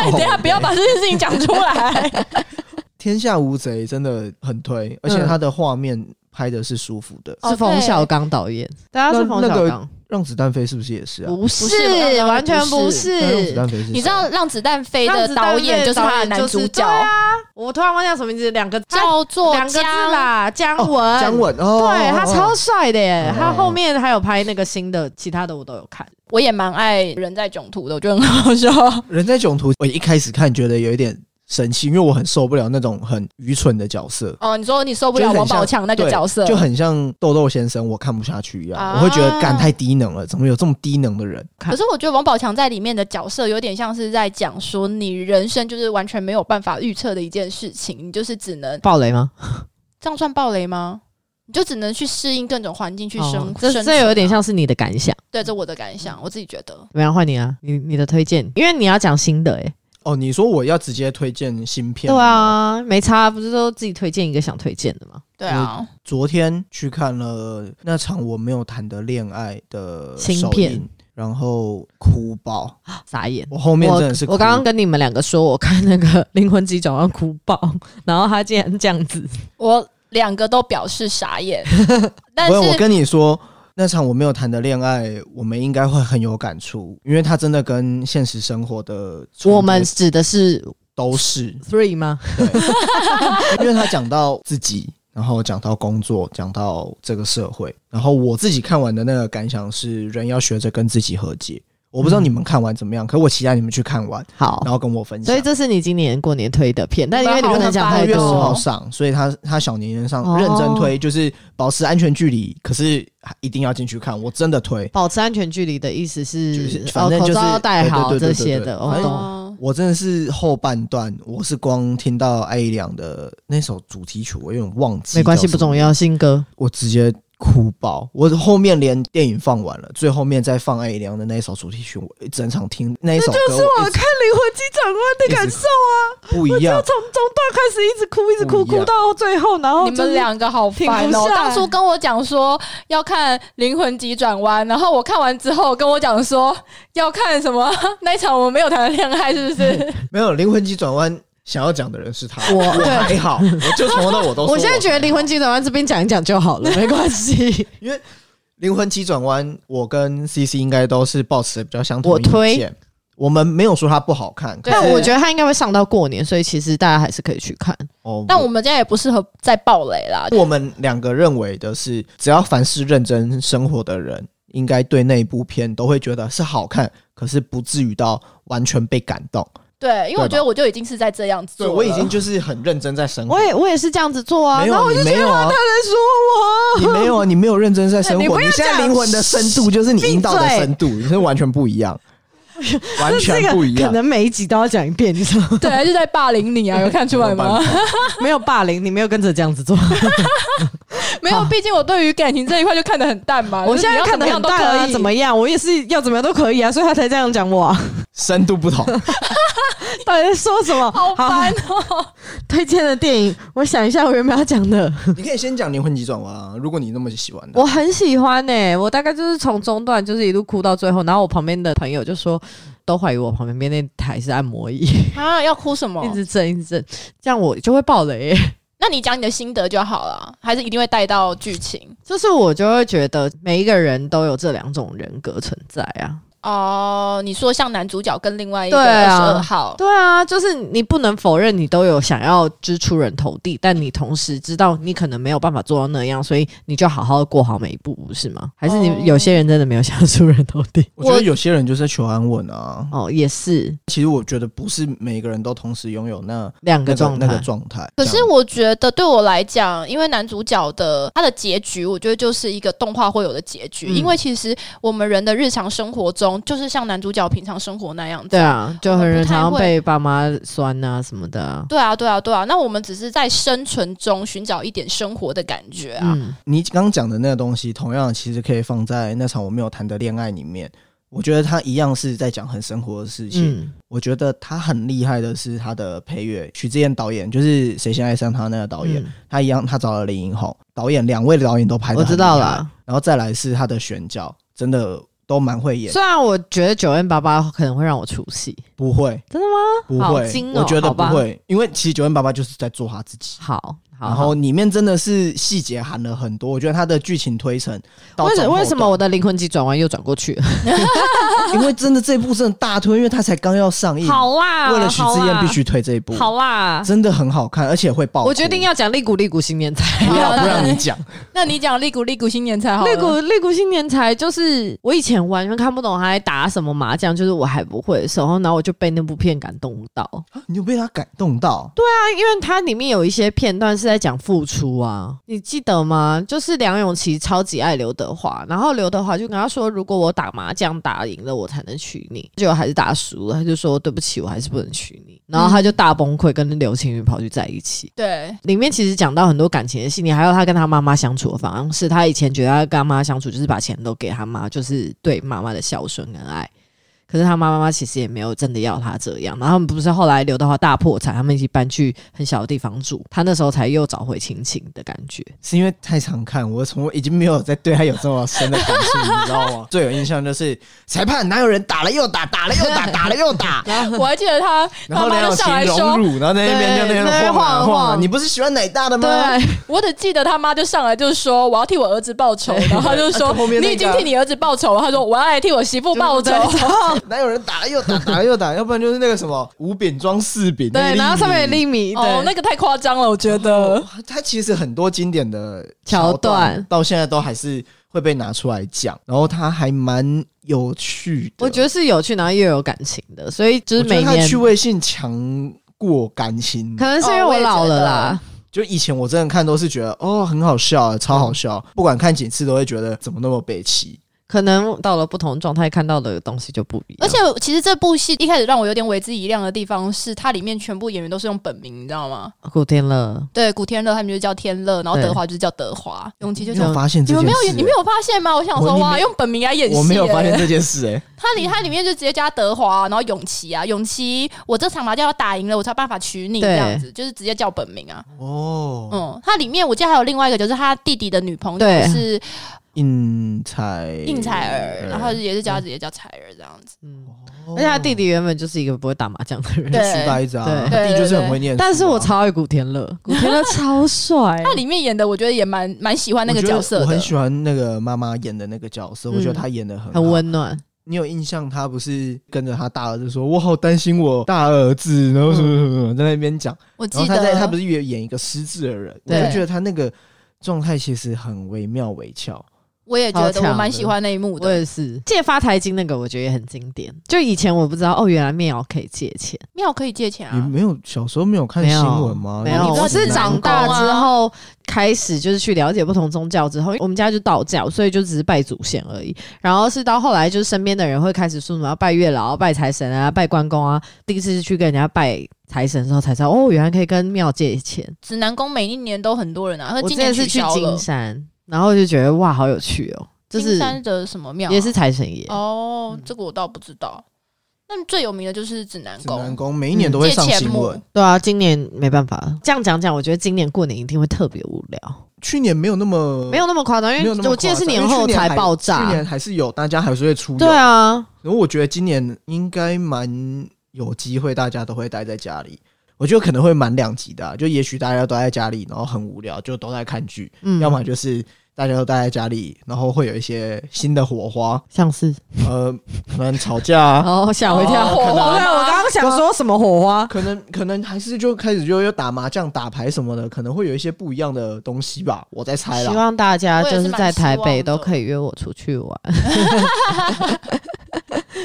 [SPEAKER 3] 哎， (laughs) 等一下不要把这件事情讲出来。
[SPEAKER 1] 哦天下无贼》真的很推，而且他的画面拍的是舒服的。
[SPEAKER 3] 哦
[SPEAKER 2] 是冯小刚导演，大家是冯小刚，
[SPEAKER 1] 让子弹飞是不是也是啊？
[SPEAKER 2] (laughs) 不
[SPEAKER 3] 不是我刚
[SPEAKER 2] 是，
[SPEAKER 3] 刚
[SPEAKER 2] 完全
[SPEAKER 3] 不
[SPEAKER 2] 不
[SPEAKER 3] 是
[SPEAKER 1] 那让子弹飞
[SPEAKER 2] 是。
[SPEAKER 1] 是谁啊
[SPEAKER 3] 你知道《让子弹飞》
[SPEAKER 2] 让
[SPEAKER 3] 的
[SPEAKER 2] 子弹
[SPEAKER 3] 导
[SPEAKER 2] 飞
[SPEAKER 3] 演
[SPEAKER 2] 的
[SPEAKER 3] 就是
[SPEAKER 2] 导
[SPEAKER 3] 他的
[SPEAKER 2] 演
[SPEAKER 3] 男
[SPEAKER 2] 就是
[SPEAKER 3] 主角
[SPEAKER 2] 对，啊，我突然忘记叫什么名字，两个
[SPEAKER 3] 叫做
[SPEAKER 2] 两个字
[SPEAKER 3] 江
[SPEAKER 2] 啦，姜文，
[SPEAKER 1] 姜，文哦，
[SPEAKER 2] 对他
[SPEAKER 1] 哦
[SPEAKER 2] 超帅的耶
[SPEAKER 1] 哦。
[SPEAKER 2] 他后面还有拍那个新的，其他的我都有看。
[SPEAKER 3] 我也蛮爱人在囧途的，我觉得很
[SPEAKER 2] (laughs)
[SPEAKER 3] 好笑。
[SPEAKER 1] 人在囧途，我一开始看觉得有一点神奇，因为我很受不了那种很愚蠢的角色，
[SPEAKER 3] 哦，你说你受不
[SPEAKER 1] 就
[SPEAKER 3] 了
[SPEAKER 1] 是很
[SPEAKER 3] 王宝
[SPEAKER 1] 像
[SPEAKER 3] 强那个
[SPEAKER 1] 对
[SPEAKER 3] 角色，
[SPEAKER 1] 就很像豆豆先生，我看不下去一样，
[SPEAKER 3] 啊
[SPEAKER 1] 我会觉得干太低能了，怎么有这么低能的人？
[SPEAKER 3] 可是我觉得王宝强在里面的角色有点像是在讲说，你人生就是完全没有办法预测的一件事情，你就是只能
[SPEAKER 2] 暴雷吗？
[SPEAKER 3] 这样算暴雷吗？你就只能去适应各种环境去生
[SPEAKER 2] 哦，这
[SPEAKER 3] 生存
[SPEAKER 2] 这有点
[SPEAKER 3] 啊
[SPEAKER 2] 像是你的感想。
[SPEAKER 3] 对，这我的感想，我自己觉得。
[SPEAKER 2] 怎么样？换你啊，你你的推荐，因为你要讲新的哎、
[SPEAKER 1] 哦，你说我要直接推荐新片？
[SPEAKER 2] 对，啊，没差，不是都自己推荐一个想推荐的吗？
[SPEAKER 3] 对啊，
[SPEAKER 1] 昨天去看了那场我没有谈的恋爱的
[SPEAKER 2] 新
[SPEAKER 1] 首
[SPEAKER 2] 片
[SPEAKER 1] 映，然后哭爆，
[SPEAKER 2] 傻眼。
[SPEAKER 1] 我后面
[SPEAKER 2] 我
[SPEAKER 1] 真的是
[SPEAKER 2] 我刚刚
[SPEAKER 1] 哭
[SPEAKER 2] 跟你们两个说，我看那个《灵魂急转弯》哭爆，然后他竟然这样子，
[SPEAKER 3] 我两个都表示
[SPEAKER 2] (laughs)
[SPEAKER 3] 傻眼，但
[SPEAKER 1] 不是我
[SPEAKER 3] 是
[SPEAKER 1] 跟你说。那场我没有谈的恋爱，我们应该会很有感触，因为它真的跟现实生活的重叠
[SPEAKER 2] 我们指的是
[SPEAKER 1] 都是，
[SPEAKER 2] three 吗？
[SPEAKER 1] 对，因为他讲到自己，然后讲到工作，讲到这个社会，然后我自己看完的那个感想是，人要学着跟自己和解。我不
[SPEAKER 2] 嗯
[SPEAKER 1] 知道你们看完怎么样，可我期待你们去看完，
[SPEAKER 2] 好
[SPEAKER 1] 然，后跟我分享。
[SPEAKER 2] 所以这是你今年过年推的片，但因为你不能讲
[SPEAKER 1] 二
[SPEAKER 2] 太
[SPEAKER 1] 月十
[SPEAKER 2] 多
[SPEAKER 1] 号，上，所以他他小年夜上
[SPEAKER 2] 哦
[SPEAKER 1] 认真推，就是保持安全距离，可是一定要进去看，我真的推。
[SPEAKER 2] 保持安全距离的意思
[SPEAKER 1] 就是是，反正
[SPEAKER 2] 哦、口
[SPEAKER 1] 就是
[SPEAKER 2] 罩要戴好
[SPEAKER 1] 对对对
[SPEAKER 2] 这
[SPEAKER 1] 对
[SPEAKER 2] 些
[SPEAKER 1] 对
[SPEAKER 2] 的，
[SPEAKER 1] 对
[SPEAKER 2] 我、
[SPEAKER 1] 反正
[SPEAKER 2] 懂。
[SPEAKER 3] 哦
[SPEAKER 1] 我真的是后半段，我是光听到艾怡良的那首主题曲，我有点忘记。
[SPEAKER 2] 没关系，不重
[SPEAKER 1] 要。
[SPEAKER 2] 要。新歌
[SPEAKER 1] 我直接哭爆。我后面连电影放完了，最后面再放艾怡良的那一首主题曲，我一整场听那一首歌，就是我看《
[SPEAKER 2] 灵魂急转弯》
[SPEAKER 1] 的感受啊，不一样。
[SPEAKER 2] 从中段开始一直哭，一
[SPEAKER 1] 直哭不一样哭
[SPEAKER 2] 到最后，然后
[SPEAKER 3] 你们两个好烦
[SPEAKER 2] 停
[SPEAKER 3] 哦
[SPEAKER 2] 不！下来
[SPEAKER 3] 当初跟我讲说要看《灵魂急转弯》，然后我看完之后跟我讲说要看什么 (laughs) 那一场我没有谈的恋爱，是不是？
[SPEAKER 1] 没有《灵魂急转弯》，想要讲的人是他，
[SPEAKER 2] 我
[SPEAKER 1] 我还好，我就从头到尾都说
[SPEAKER 2] 我现在觉得
[SPEAKER 1] 还好
[SPEAKER 2] 灵魂急转弯这边讲一讲就好了，没关系。
[SPEAKER 1] 因为《灵魂急转弯》，我跟 CC 应该都是抱持比较相同
[SPEAKER 2] 我
[SPEAKER 1] 的
[SPEAKER 2] 推
[SPEAKER 1] 意见。我们没有说它不好看，可
[SPEAKER 3] 对
[SPEAKER 1] 是
[SPEAKER 2] (laughs) 但我觉得它应该会上到过年，所以其实大家还是可以去看。
[SPEAKER 1] 哦，
[SPEAKER 3] 但我们现在也不适合再暴雷啦。
[SPEAKER 1] 我们两个认为的是，只要凡是认真生活的人，应该对那一部片都会觉得是好看，可是不至于到完全被感动。
[SPEAKER 3] 对，因为
[SPEAKER 1] 对
[SPEAKER 3] 我
[SPEAKER 1] 吧
[SPEAKER 3] 觉得我就已经是在这样子做
[SPEAKER 1] 对
[SPEAKER 3] 了，
[SPEAKER 1] 我已经就是很认真在生活
[SPEAKER 2] 我，也我也是这样子做啊，
[SPEAKER 1] 没
[SPEAKER 2] 然
[SPEAKER 1] 有
[SPEAKER 2] 后我就
[SPEAKER 1] 你没有啊，
[SPEAKER 2] 在
[SPEAKER 1] 你
[SPEAKER 2] 说我，
[SPEAKER 1] 没有啊，你没有认真在生
[SPEAKER 2] (laughs) 你不
[SPEAKER 1] 活，
[SPEAKER 2] 要
[SPEAKER 1] 你现在
[SPEAKER 2] 讲
[SPEAKER 1] 灵魂的深度就是你阴道的
[SPEAKER 2] 闭嘴
[SPEAKER 1] 深度，你是完全不一
[SPEAKER 2] (laughs)
[SPEAKER 1] 样，完
[SPEAKER 2] (laughs) 这
[SPEAKER 1] 全不一
[SPEAKER 2] 个可
[SPEAKER 1] 样。
[SPEAKER 2] 能每一集都要讲一遍，你知道
[SPEAKER 3] (laughs)
[SPEAKER 2] 吗？
[SPEAKER 3] 对，就在霸凌你啊，有看出来
[SPEAKER 1] 没有
[SPEAKER 3] 吗
[SPEAKER 1] 办？法
[SPEAKER 2] (laughs) 没有霸凌，你没有跟着这样子做。
[SPEAKER 3] 没有，毕竟我对于感情这一块就看得很淡
[SPEAKER 2] (laughs) (laughs)
[SPEAKER 3] 嘛。
[SPEAKER 2] 我
[SPEAKER 3] 就是
[SPEAKER 2] 现
[SPEAKER 3] 你
[SPEAKER 2] 在
[SPEAKER 3] 要
[SPEAKER 2] 看的很淡
[SPEAKER 3] 怎么样都
[SPEAKER 2] 啊，
[SPEAKER 3] 可以
[SPEAKER 2] 怎么样？我也是要怎么样都可以啊，所以他才这样讲我啊。
[SPEAKER 1] 深度不同，
[SPEAKER 2] (laughs) 到底在说什么？
[SPEAKER 3] 好烦哦？
[SPEAKER 2] 推荐的电影，我想一下，我原本要讲的，
[SPEAKER 1] 你可以先讲灵魂急转弯啊，如果你那么喜欢的
[SPEAKER 2] 我。欸很喜欢呢、我大概就是从中段就是一路哭到最后，然后我旁边的朋友就说。都怀疑我旁边那台是按摩椅，
[SPEAKER 3] (laughs) 啊，要哭什么
[SPEAKER 2] 一？直震一直震，这样我就会爆雷、
[SPEAKER 3] 那你讲你的心得就好了，还是一定会带到剧情
[SPEAKER 2] 就是我就会觉得每一个人都有这两种人格存在啊。
[SPEAKER 3] 哦、你说像男主角跟另外一个
[SPEAKER 2] 对
[SPEAKER 3] 二十
[SPEAKER 2] 啊
[SPEAKER 3] 二号，
[SPEAKER 2] 对啊，就是你不能否认你都有想要就是出人头地，但你同时知道你可能没有办法做到那样，所以你就好好地过好每一步，不是吗？还是
[SPEAKER 3] 哦
[SPEAKER 2] 你有些人真的没有想要出人头地？
[SPEAKER 1] 我觉得有些人就是在求安稳啊。
[SPEAKER 2] 哦，也是
[SPEAKER 1] 其实我觉得不是每个人都同时拥有那
[SPEAKER 2] 两个
[SPEAKER 1] 那
[SPEAKER 2] 状
[SPEAKER 1] 个
[SPEAKER 2] 态。
[SPEAKER 1] 那个状态。
[SPEAKER 3] 可是我觉得对我来讲，因为男主角的他的结局，我觉得就是一个动画会有的结局。
[SPEAKER 2] 嗯
[SPEAKER 3] 因为其实我们人的日常生活中，就是像男主角平常生活那样子。
[SPEAKER 2] 对啊，就
[SPEAKER 3] 我
[SPEAKER 2] 很
[SPEAKER 3] 们不
[SPEAKER 2] 人
[SPEAKER 3] 太
[SPEAKER 2] 常常
[SPEAKER 3] 会
[SPEAKER 2] 被爸妈酸啊什么的啊、
[SPEAKER 3] 对啊，对啊，对啊。那我们只是在生存中寻找一点生活的感觉啊。
[SPEAKER 2] 嗯，
[SPEAKER 1] 你刚刚讲的那个东西，同样其实可以放在那场我没有谈的恋爱里面。我觉得他一样是在讲很生活的事情。
[SPEAKER 2] 嗯
[SPEAKER 1] 我觉得他很厉害的是他的配乐，许志燕导演就是《谁先爱上他》那个导演，
[SPEAKER 2] 嗯
[SPEAKER 1] 他一样，他找了林颖宏导演，两位导演都拍的
[SPEAKER 2] 我知道。啦。
[SPEAKER 1] 然后再来是他的选角，真的都蛮会演，
[SPEAKER 2] 虽然我觉得九 N 八八可能会让我出戏，
[SPEAKER 1] 不会，
[SPEAKER 2] 真的吗？
[SPEAKER 1] 不
[SPEAKER 2] 好
[SPEAKER 1] 会，
[SPEAKER 2] 精哦
[SPEAKER 1] 我觉得
[SPEAKER 2] 好
[SPEAKER 1] 不
[SPEAKER 2] 吧
[SPEAKER 1] 会，因为其实九恩爸爸就是在做他自己。
[SPEAKER 2] 好，好
[SPEAKER 1] 然后里面真的是细节含了很多，我觉得他的剧情推陈到
[SPEAKER 2] 为什
[SPEAKER 1] 中后
[SPEAKER 2] 为什么
[SPEAKER 1] 段
[SPEAKER 2] 我的灵魂急转弯又转过去了？
[SPEAKER 1] 因为真的这一部真的大推，因为它才刚要上映，
[SPEAKER 2] (laughs) 好啦，
[SPEAKER 1] 为了许
[SPEAKER 2] 好
[SPEAKER 1] 志燕
[SPEAKER 2] 啦
[SPEAKER 1] 必须推这一部，
[SPEAKER 2] 好啦。
[SPEAKER 1] 真的很好看，而且会爆。
[SPEAKER 2] 我决定，要讲利古利古新年
[SPEAKER 1] (laughs)
[SPEAKER 2] 财。
[SPEAKER 1] 不要
[SPEAKER 3] 好
[SPEAKER 1] 不让
[SPEAKER 3] 那
[SPEAKER 1] 你讲， (laughs)
[SPEAKER 3] 那你讲利古利古新年才好
[SPEAKER 2] (laughs)
[SPEAKER 3] 了。
[SPEAKER 2] 利古利古新年财就是我以前完全看不懂他在打什么麻将，就是我还不会的时候，然后我就被那部片感动到。
[SPEAKER 1] 你有被他感动到，对，
[SPEAKER 2] 那因为它里面有一些片段是在讲付出啊，你记得吗？就是梁咏琪超级爱刘德华，然后刘德华就跟他说，如果我打麻将打赢了，我才能娶你，结果还是打输了，他就说对不起，我还是不能娶你，然后他就大崩溃，跟刘青云跑去在一起。
[SPEAKER 3] 对，
[SPEAKER 2] 里面其实讲到很多感情的细腻，还有他跟他妈妈相处的方式。他以前觉得他跟他妈相处就是把钱都给他妈，就是对妈妈的孝顺跟爱。可是他妈妈其实也没有真的要他这样。然后他们不是后来刘德华大破产，他们一起搬去很小的地方住，他那时候才又找回亲情的感觉。
[SPEAKER 1] 是因为太常看，我从已经没有再对他有这么深的感触，你知
[SPEAKER 2] (laughs)
[SPEAKER 1] 道吗？最有印象就是裁判哪有人打了又打，打了又打，打了又打，
[SPEAKER 2] (laughs)
[SPEAKER 3] 我还记得他
[SPEAKER 1] (laughs) 然
[SPEAKER 3] 妈
[SPEAKER 1] 后
[SPEAKER 3] 妈
[SPEAKER 1] 梁咏
[SPEAKER 3] 就
[SPEAKER 1] 琪
[SPEAKER 3] 上来
[SPEAKER 1] 荣
[SPEAKER 3] 说，
[SPEAKER 1] 辱，然后在那边就
[SPEAKER 2] 对
[SPEAKER 1] 那
[SPEAKER 2] 在那
[SPEAKER 1] 边
[SPEAKER 2] 边
[SPEAKER 1] 晃啊
[SPEAKER 2] 晃
[SPEAKER 1] 晃啊，
[SPEAKER 2] 晃
[SPEAKER 1] 你不是喜欢奶大的吗？
[SPEAKER 3] 我只记得他妈就上来就说我要替我儿子报仇，然后
[SPEAKER 1] (laughs)
[SPEAKER 3] 他就说
[SPEAKER 1] 啊后面那个
[SPEAKER 3] 你已经替你儿子报仇了，他说我要来替我媳妇报仇。
[SPEAKER 1] 哪有人打了又打，打了又打，要不然就是那个什 (laughs) 么五饼装四饼，那
[SPEAKER 2] 对，
[SPEAKER 1] 个
[SPEAKER 2] 然后上面有
[SPEAKER 1] 粒米
[SPEAKER 2] 粒米，对，
[SPEAKER 3] 哦，那个太夸张了，我觉得。
[SPEAKER 1] 它其实很多经典的
[SPEAKER 2] 桥
[SPEAKER 1] 段，
[SPEAKER 2] 段
[SPEAKER 1] 到现在都还是会被拿出来讲，然后它还蛮有趣的。
[SPEAKER 2] 我觉得是有趣，然后又有感情的，所以就是
[SPEAKER 1] 我觉得
[SPEAKER 2] 每
[SPEAKER 1] 它的
[SPEAKER 2] 年
[SPEAKER 1] 趣味性强过感情
[SPEAKER 2] 可。能是因为
[SPEAKER 3] 哦我
[SPEAKER 2] 我
[SPEAKER 3] 也觉
[SPEAKER 2] 老了
[SPEAKER 3] 得
[SPEAKER 2] 啦。
[SPEAKER 1] 就以前我真的看都是觉得哦很好笑啊，超好笑，不管看几次都会觉得怎么那么北齐。
[SPEAKER 2] 可能到了不同状态，看到的东西就不一样。
[SPEAKER 3] 而且其实这部戏一开始让我有点为之一亮的地方是，它里面全部演员都是用本名，你知道吗？
[SPEAKER 2] 古天乐，
[SPEAKER 3] 对，古天乐他们就叫天乐，然后
[SPEAKER 2] 对
[SPEAKER 3] 德华就是叫德华，永琪就
[SPEAKER 1] 你
[SPEAKER 3] 叫。
[SPEAKER 1] 有发现
[SPEAKER 3] 你
[SPEAKER 1] 这
[SPEAKER 3] 们
[SPEAKER 1] 件
[SPEAKER 3] 没
[SPEAKER 1] 事、
[SPEAKER 3] 有，你没有发现吗？我想
[SPEAKER 1] 我
[SPEAKER 3] 说，
[SPEAKER 1] 你
[SPEAKER 3] 哇，
[SPEAKER 1] 没
[SPEAKER 3] 用本名来演戏、
[SPEAKER 1] 我没有发现
[SPEAKER 3] 欸
[SPEAKER 1] 这件事哎、欸
[SPEAKER 3] 它里它里面就直接加德华，然后永琪啊，永琪，我这场麻将要打赢了，我才有办法娶你
[SPEAKER 2] 对
[SPEAKER 3] 这样子，就是直接叫本名啊。
[SPEAKER 1] 哦，
[SPEAKER 3] 嗯，它里面我记得还有另外一个，就是他弟弟的女朋友
[SPEAKER 2] 对
[SPEAKER 3] 是
[SPEAKER 1] 应采
[SPEAKER 3] 应采儿，然后也是叫她直接叫采儿这样子。
[SPEAKER 2] 嗯，
[SPEAKER 1] 哦
[SPEAKER 2] 而且他弟弟原本就是一个不会打麻将的人，
[SPEAKER 3] 对
[SPEAKER 1] 书呆子啊，
[SPEAKER 2] 对
[SPEAKER 1] 他弟
[SPEAKER 3] 对
[SPEAKER 1] 就是
[SPEAKER 3] 对，
[SPEAKER 1] 很会念书啊、
[SPEAKER 2] 但是我超爱古天乐，古天乐超帅
[SPEAKER 3] 他里面演的，我觉得也蛮蛮喜欢那个
[SPEAKER 1] 我觉得
[SPEAKER 3] 角色
[SPEAKER 1] 我
[SPEAKER 3] 的
[SPEAKER 1] 很。喜欢那个妈妈演的那个角色，
[SPEAKER 2] 嗯
[SPEAKER 1] 我觉得她演的很
[SPEAKER 2] 很
[SPEAKER 1] 好。
[SPEAKER 2] 温暖。
[SPEAKER 1] 你有印象，她不是跟着她大儿子说：“我好担心我大儿子，然后什么
[SPEAKER 2] 嗯
[SPEAKER 1] 什么什么，在那边讲。
[SPEAKER 3] 我”
[SPEAKER 1] 然
[SPEAKER 3] 记
[SPEAKER 1] 后她在
[SPEAKER 3] 得
[SPEAKER 1] 她不是演演一个失智的人，我
[SPEAKER 2] 对
[SPEAKER 1] 就觉得她那个状态其实很惟妙惟肖。
[SPEAKER 3] 我也觉
[SPEAKER 2] 超
[SPEAKER 3] 得
[SPEAKER 2] 强
[SPEAKER 3] 我蛮
[SPEAKER 2] 的
[SPEAKER 3] 喜欢那一幕
[SPEAKER 2] 我
[SPEAKER 3] 的。
[SPEAKER 2] 也是借发财金那个，我觉得也很经典。就以前我不知道哦，原来妙可以借钱，
[SPEAKER 3] 妙可以借钱
[SPEAKER 1] 你
[SPEAKER 3] 啊，
[SPEAKER 1] 没有小时候没有看
[SPEAKER 2] 没
[SPEAKER 1] 新
[SPEAKER 2] 有
[SPEAKER 1] 闻吗？
[SPEAKER 2] 没
[SPEAKER 1] 你
[SPEAKER 2] 有，
[SPEAKER 1] 不知道
[SPEAKER 2] 我是
[SPEAKER 1] 哪一
[SPEAKER 2] 长
[SPEAKER 1] 个
[SPEAKER 2] 大
[SPEAKER 3] 公啊
[SPEAKER 2] 之后开始就是去了解不同宗教之后，因为我们家就道教，所以就只是拜祖先而已。然后是到后来，就是身边的人会开始说什么要拜月老、拜财神啊、拜关公啊。第一次是去跟人家拜财神的时候才知道，哦，原来可以跟庙借钱。
[SPEAKER 3] 指南宫每一年都很多人啊，可是
[SPEAKER 2] 我
[SPEAKER 3] 今
[SPEAKER 2] 之
[SPEAKER 3] 年
[SPEAKER 2] 前是
[SPEAKER 3] 取
[SPEAKER 2] 去
[SPEAKER 3] 消了
[SPEAKER 2] 金。山，然后就觉得哇，好有趣哦，就是
[SPEAKER 3] 金山的什么庙啊？
[SPEAKER 2] 也是财神爷。
[SPEAKER 3] 哦，
[SPEAKER 1] 嗯
[SPEAKER 3] 这个我倒不知道。那最有名的就是指南
[SPEAKER 1] 指南
[SPEAKER 3] 宫。
[SPEAKER 1] 宫每一年都会
[SPEAKER 3] 借
[SPEAKER 1] 上
[SPEAKER 2] 嗯
[SPEAKER 3] 钱
[SPEAKER 1] 新
[SPEAKER 3] 木
[SPEAKER 1] 闻，
[SPEAKER 2] 对啊，今年没办法了。这样讲讲，我觉得今年过年一定会特别无聊。
[SPEAKER 1] 去年没有那么
[SPEAKER 2] 没有那么夸张，因
[SPEAKER 1] 嗯没有
[SPEAKER 2] 为
[SPEAKER 1] 那么夸张
[SPEAKER 2] 我记得是年后
[SPEAKER 1] 因为去
[SPEAKER 2] 才
[SPEAKER 1] 还
[SPEAKER 2] 爆炸
[SPEAKER 1] 去。年还是有，大家还是会出游。
[SPEAKER 2] 对啊，
[SPEAKER 1] 然后我觉得今年应该蛮有机会，大家都会待在家里。我觉得可能会蛮两极的啊、就也许大家都在家里，然后很无聊，就都在看剧；
[SPEAKER 2] 嗯，
[SPEAKER 1] 要么就是大家都待在家里，然后会有一些新的火花，
[SPEAKER 2] 像是，
[SPEAKER 1] 呃，可能吵架、啊， (laughs)
[SPEAKER 2] 哦，吓我一跳，
[SPEAKER 1] 哦
[SPEAKER 2] 火
[SPEAKER 1] 可能
[SPEAKER 2] 花！对我刚刚想说什么火 (laughs) 花？
[SPEAKER 1] 可能可能还是就开始就又打麻将、打牌什么的，可能会有一些不一样的东西吧。我在猜
[SPEAKER 2] 希
[SPEAKER 1] 啦，
[SPEAKER 2] 望大家
[SPEAKER 3] 我也
[SPEAKER 2] 就是是
[SPEAKER 3] 蛮
[SPEAKER 2] 在
[SPEAKER 3] 希
[SPEAKER 2] 台北
[SPEAKER 3] 望
[SPEAKER 2] 都
[SPEAKER 3] 的
[SPEAKER 2] 可以约我出去玩。 (laughs)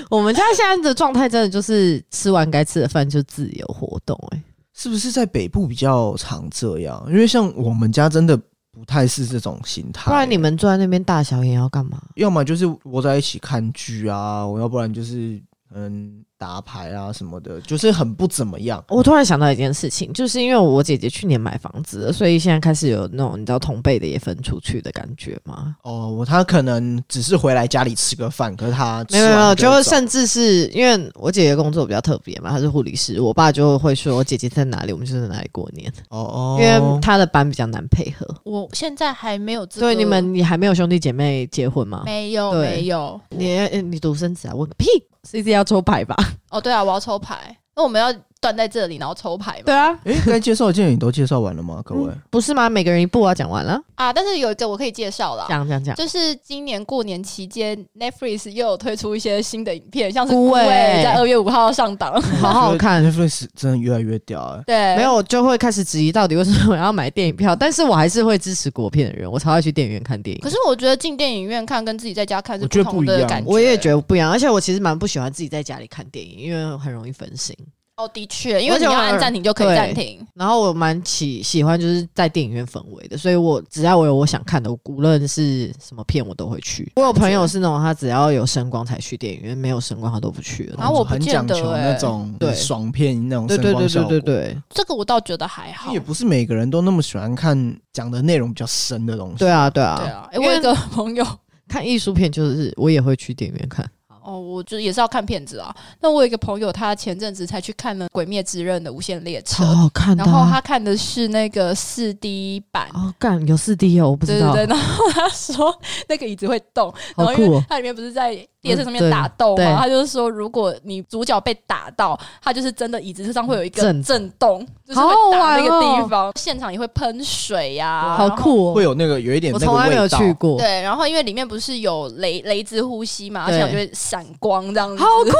[SPEAKER 2] 我们家现在的状态真的就是吃完该吃的饭就自由活动、欸，
[SPEAKER 1] 是不是在北部比较常这样？因为像我们家真的不太是这种心态、
[SPEAKER 2] 不然你们坐在那边大小眼要干嘛？
[SPEAKER 1] 要么就是窝在一起看剧啊，我要不然就是嗯打牌啊什么的，就是很不怎么样。
[SPEAKER 2] 我突然想到一件事情，就是因为我姐姐去年买房子了，所以现在开始有那种你知道同辈的也分出去的感觉吗？
[SPEAKER 1] 哦，我他可能只是回来家里吃个饭，可是他吃
[SPEAKER 2] 没有没
[SPEAKER 1] 完
[SPEAKER 2] 有，
[SPEAKER 1] 就
[SPEAKER 2] 就
[SPEAKER 1] 会
[SPEAKER 2] 是
[SPEAKER 1] 走
[SPEAKER 2] 甚至是因为我姐姐工作比较特别嘛，她是护理师，我爸就会说哦姐姐在哪里，我们就在哪里过年，
[SPEAKER 1] 哦哦，
[SPEAKER 2] 因为她的班比较难配合。
[SPEAKER 3] 我现在还没有这个，
[SPEAKER 2] 所以你们你还没有兄弟姐妹结婚吗？
[SPEAKER 3] 没有
[SPEAKER 2] 对
[SPEAKER 3] 没有
[SPEAKER 2] 你呃你独生子啊？问个屁！C C 要抽牌 (laughs) 吧？
[SPEAKER 3] 哦，对啊，我要抽牌，那我们要断在这里，然后抽牌嘛。
[SPEAKER 2] 啊，
[SPEAKER 1] 哎，该介绍的建议你都介绍完了吗？各
[SPEAKER 2] (laughs)
[SPEAKER 1] 位，
[SPEAKER 2] 不是吗？每个人一步啊，讲完了，
[SPEAKER 3] 啊，但是有一个我可以介绍啦，
[SPEAKER 2] 讲讲讲。
[SPEAKER 3] 就是今年过年期间，Netflix 又有推出一些新的影片，像是《
[SPEAKER 2] 孤
[SPEAKER 3] 孤
[SPEAKER 2] 味
[SPEAKER 3] 味》在二月五号上档。
[SPEAKER 2] 好好看
[SPEAKER 1] n e t f l i 真的越来越屌哎、
[SPEAKER 3] (laughs) 对，
[SPEAKER 2] 没有，我就会开始质疑到底为什么我要买电影票，但是我还是会支持国片的人，我超爱去电影院看电影。
[SPEAKER 3] 可是我觉得进电影院看跟自己在家看是
[SPEAKER 1] 我觉得
[SPEAKER 3] 同
[SPEAKER 1] 不一
[SPEAKER 3] 的
[SPEAKER 1] 样
[SPEAKER 3] 感觉。
[SPEAKER 2] 我也觉得不一样，而且我其实蛮不喜欢自己在家里看电影，因为很容易分心。
[SPEAKER 3] 哦，的确，因为
[SPEAKER 2] 而
[SPEAKER 3] 你
[SPEAKER 2] 且
[SPEAKER 3] 要
[SPEAKER 2] 我
[SPEAKER 3] 按暂停就可以
[SPEAKER 2] 对
[SPEAKER 3] 暂停。
[SPEAKER 2] 然后我蛮喜喜欢就是在电影院氛围的，所以我只要我有我想看的，我无论是什么片我都会去。我有朋友是那种他只要有声光才去电影院，没有声光他都啊不去的。
[SPEAKER 3] 然后我不
[SPEAKER 1] 很
[SPEAKER 3] 见
[SPEAKER 1] 讲
[SPEAKER 3] 得
[SPEAKER 1] 求
[SPEAKER 3] 欸
[SPEAKER 1] 那种
[SPEAKER 2] 对
[SPEAKER 1] 爽片那种
[SPEAKER 2] 对
[SPEAKER 1] 声
[SPEAKER 2] 对
[SPEAKER 1] 光
[SPEAKER 2] 对
[SPEAKER 1] 效
[SPEAKER 2] 对
[SPEAKER 1] 果，
[SPEAKER 2] 对对
[SPEAKER 3] 这个我倒觉得还好。
[SPEAKER 1] 也不是每个人都那么喜欢看讲的内容比较深的东西。
[SPEAKER 2] 对啊对啊！
[SPEAKER 3] 对啊，哎、
[SPEAKER 2] 因
[SPEAKER 3] 我
[SPEAKER 2] 为
[SPEAKER 3] 有一个朋友，
[SPEAKER 2] 看艺术片就是我也会去电影院看。
[SPEAKER 3] 哦，我就也是要看片子啊。那我有一个朋友，他前阵子才去看了《鬼灭之刃》的《无限列车
[SPEAKER 2] 超》，好看的
[SPEAKER 3] 然
[SPEAKER 2] 啊、
[SPEAKER 3] 后他看的是那个四 D 版。
[SPEAKER 2] 哦，干有四 D 哦，我不
[SPEAKER 3] 对
[SPEAKER 2] 知
[SPEAKER 3] 对
[SPEAKER 2] 道，
[SPEAKER 3] 对，然后他说那个椅子会动，
[SPEAKER 2] 好
[SPEAKER 3] 然后因
[SPEAKER 2] 酷
[SPEAKER 3] 为
[SPEAKER 2] 哦。
[SPEAKER 3] 它里面不是在列车上
[SPEAKER 2] 嗯对
[SPEAKER 3] 面打斗
[SPEAKER 2] 对
[SPEAKER 3] 嘛，他就是说如果你主角被打到，他就是真的椅子上会有一个
[SPEAKER 2] 震
[SPEAKER 3] 震动，就是
[SPEAKER 2] 好好
[SPEAKER 3] 会打
[SPEAKER 2] 玩
[SPEAKER 3] 那个
[SPEAKER 2] 哦
[SPEAKER 3] 地方，现场也会喷水呀、
[SPEAKER 2] 好
[SPEAKER 3] 然后
[SPEAKER 2] 酷
[SPEAKER 1] 会
[SPEAKER 2] 哦！
[SPEAKER 1] 有那个有一点
[SPEAKER 2] 我
[SPEAKER 1] 那个
[SPEAKER 2] 从来没有
[SPEAKER 1] 味道
[SPEAKER 2] 去过，
[SPEAKER 3] 对，然后因为里面不是有雷雷之呼吸嘛，而
[SPEAKER 2] 对
[SPEAKER 3] 且我就会闪光这样子。
[SPEAKER 2] 好酷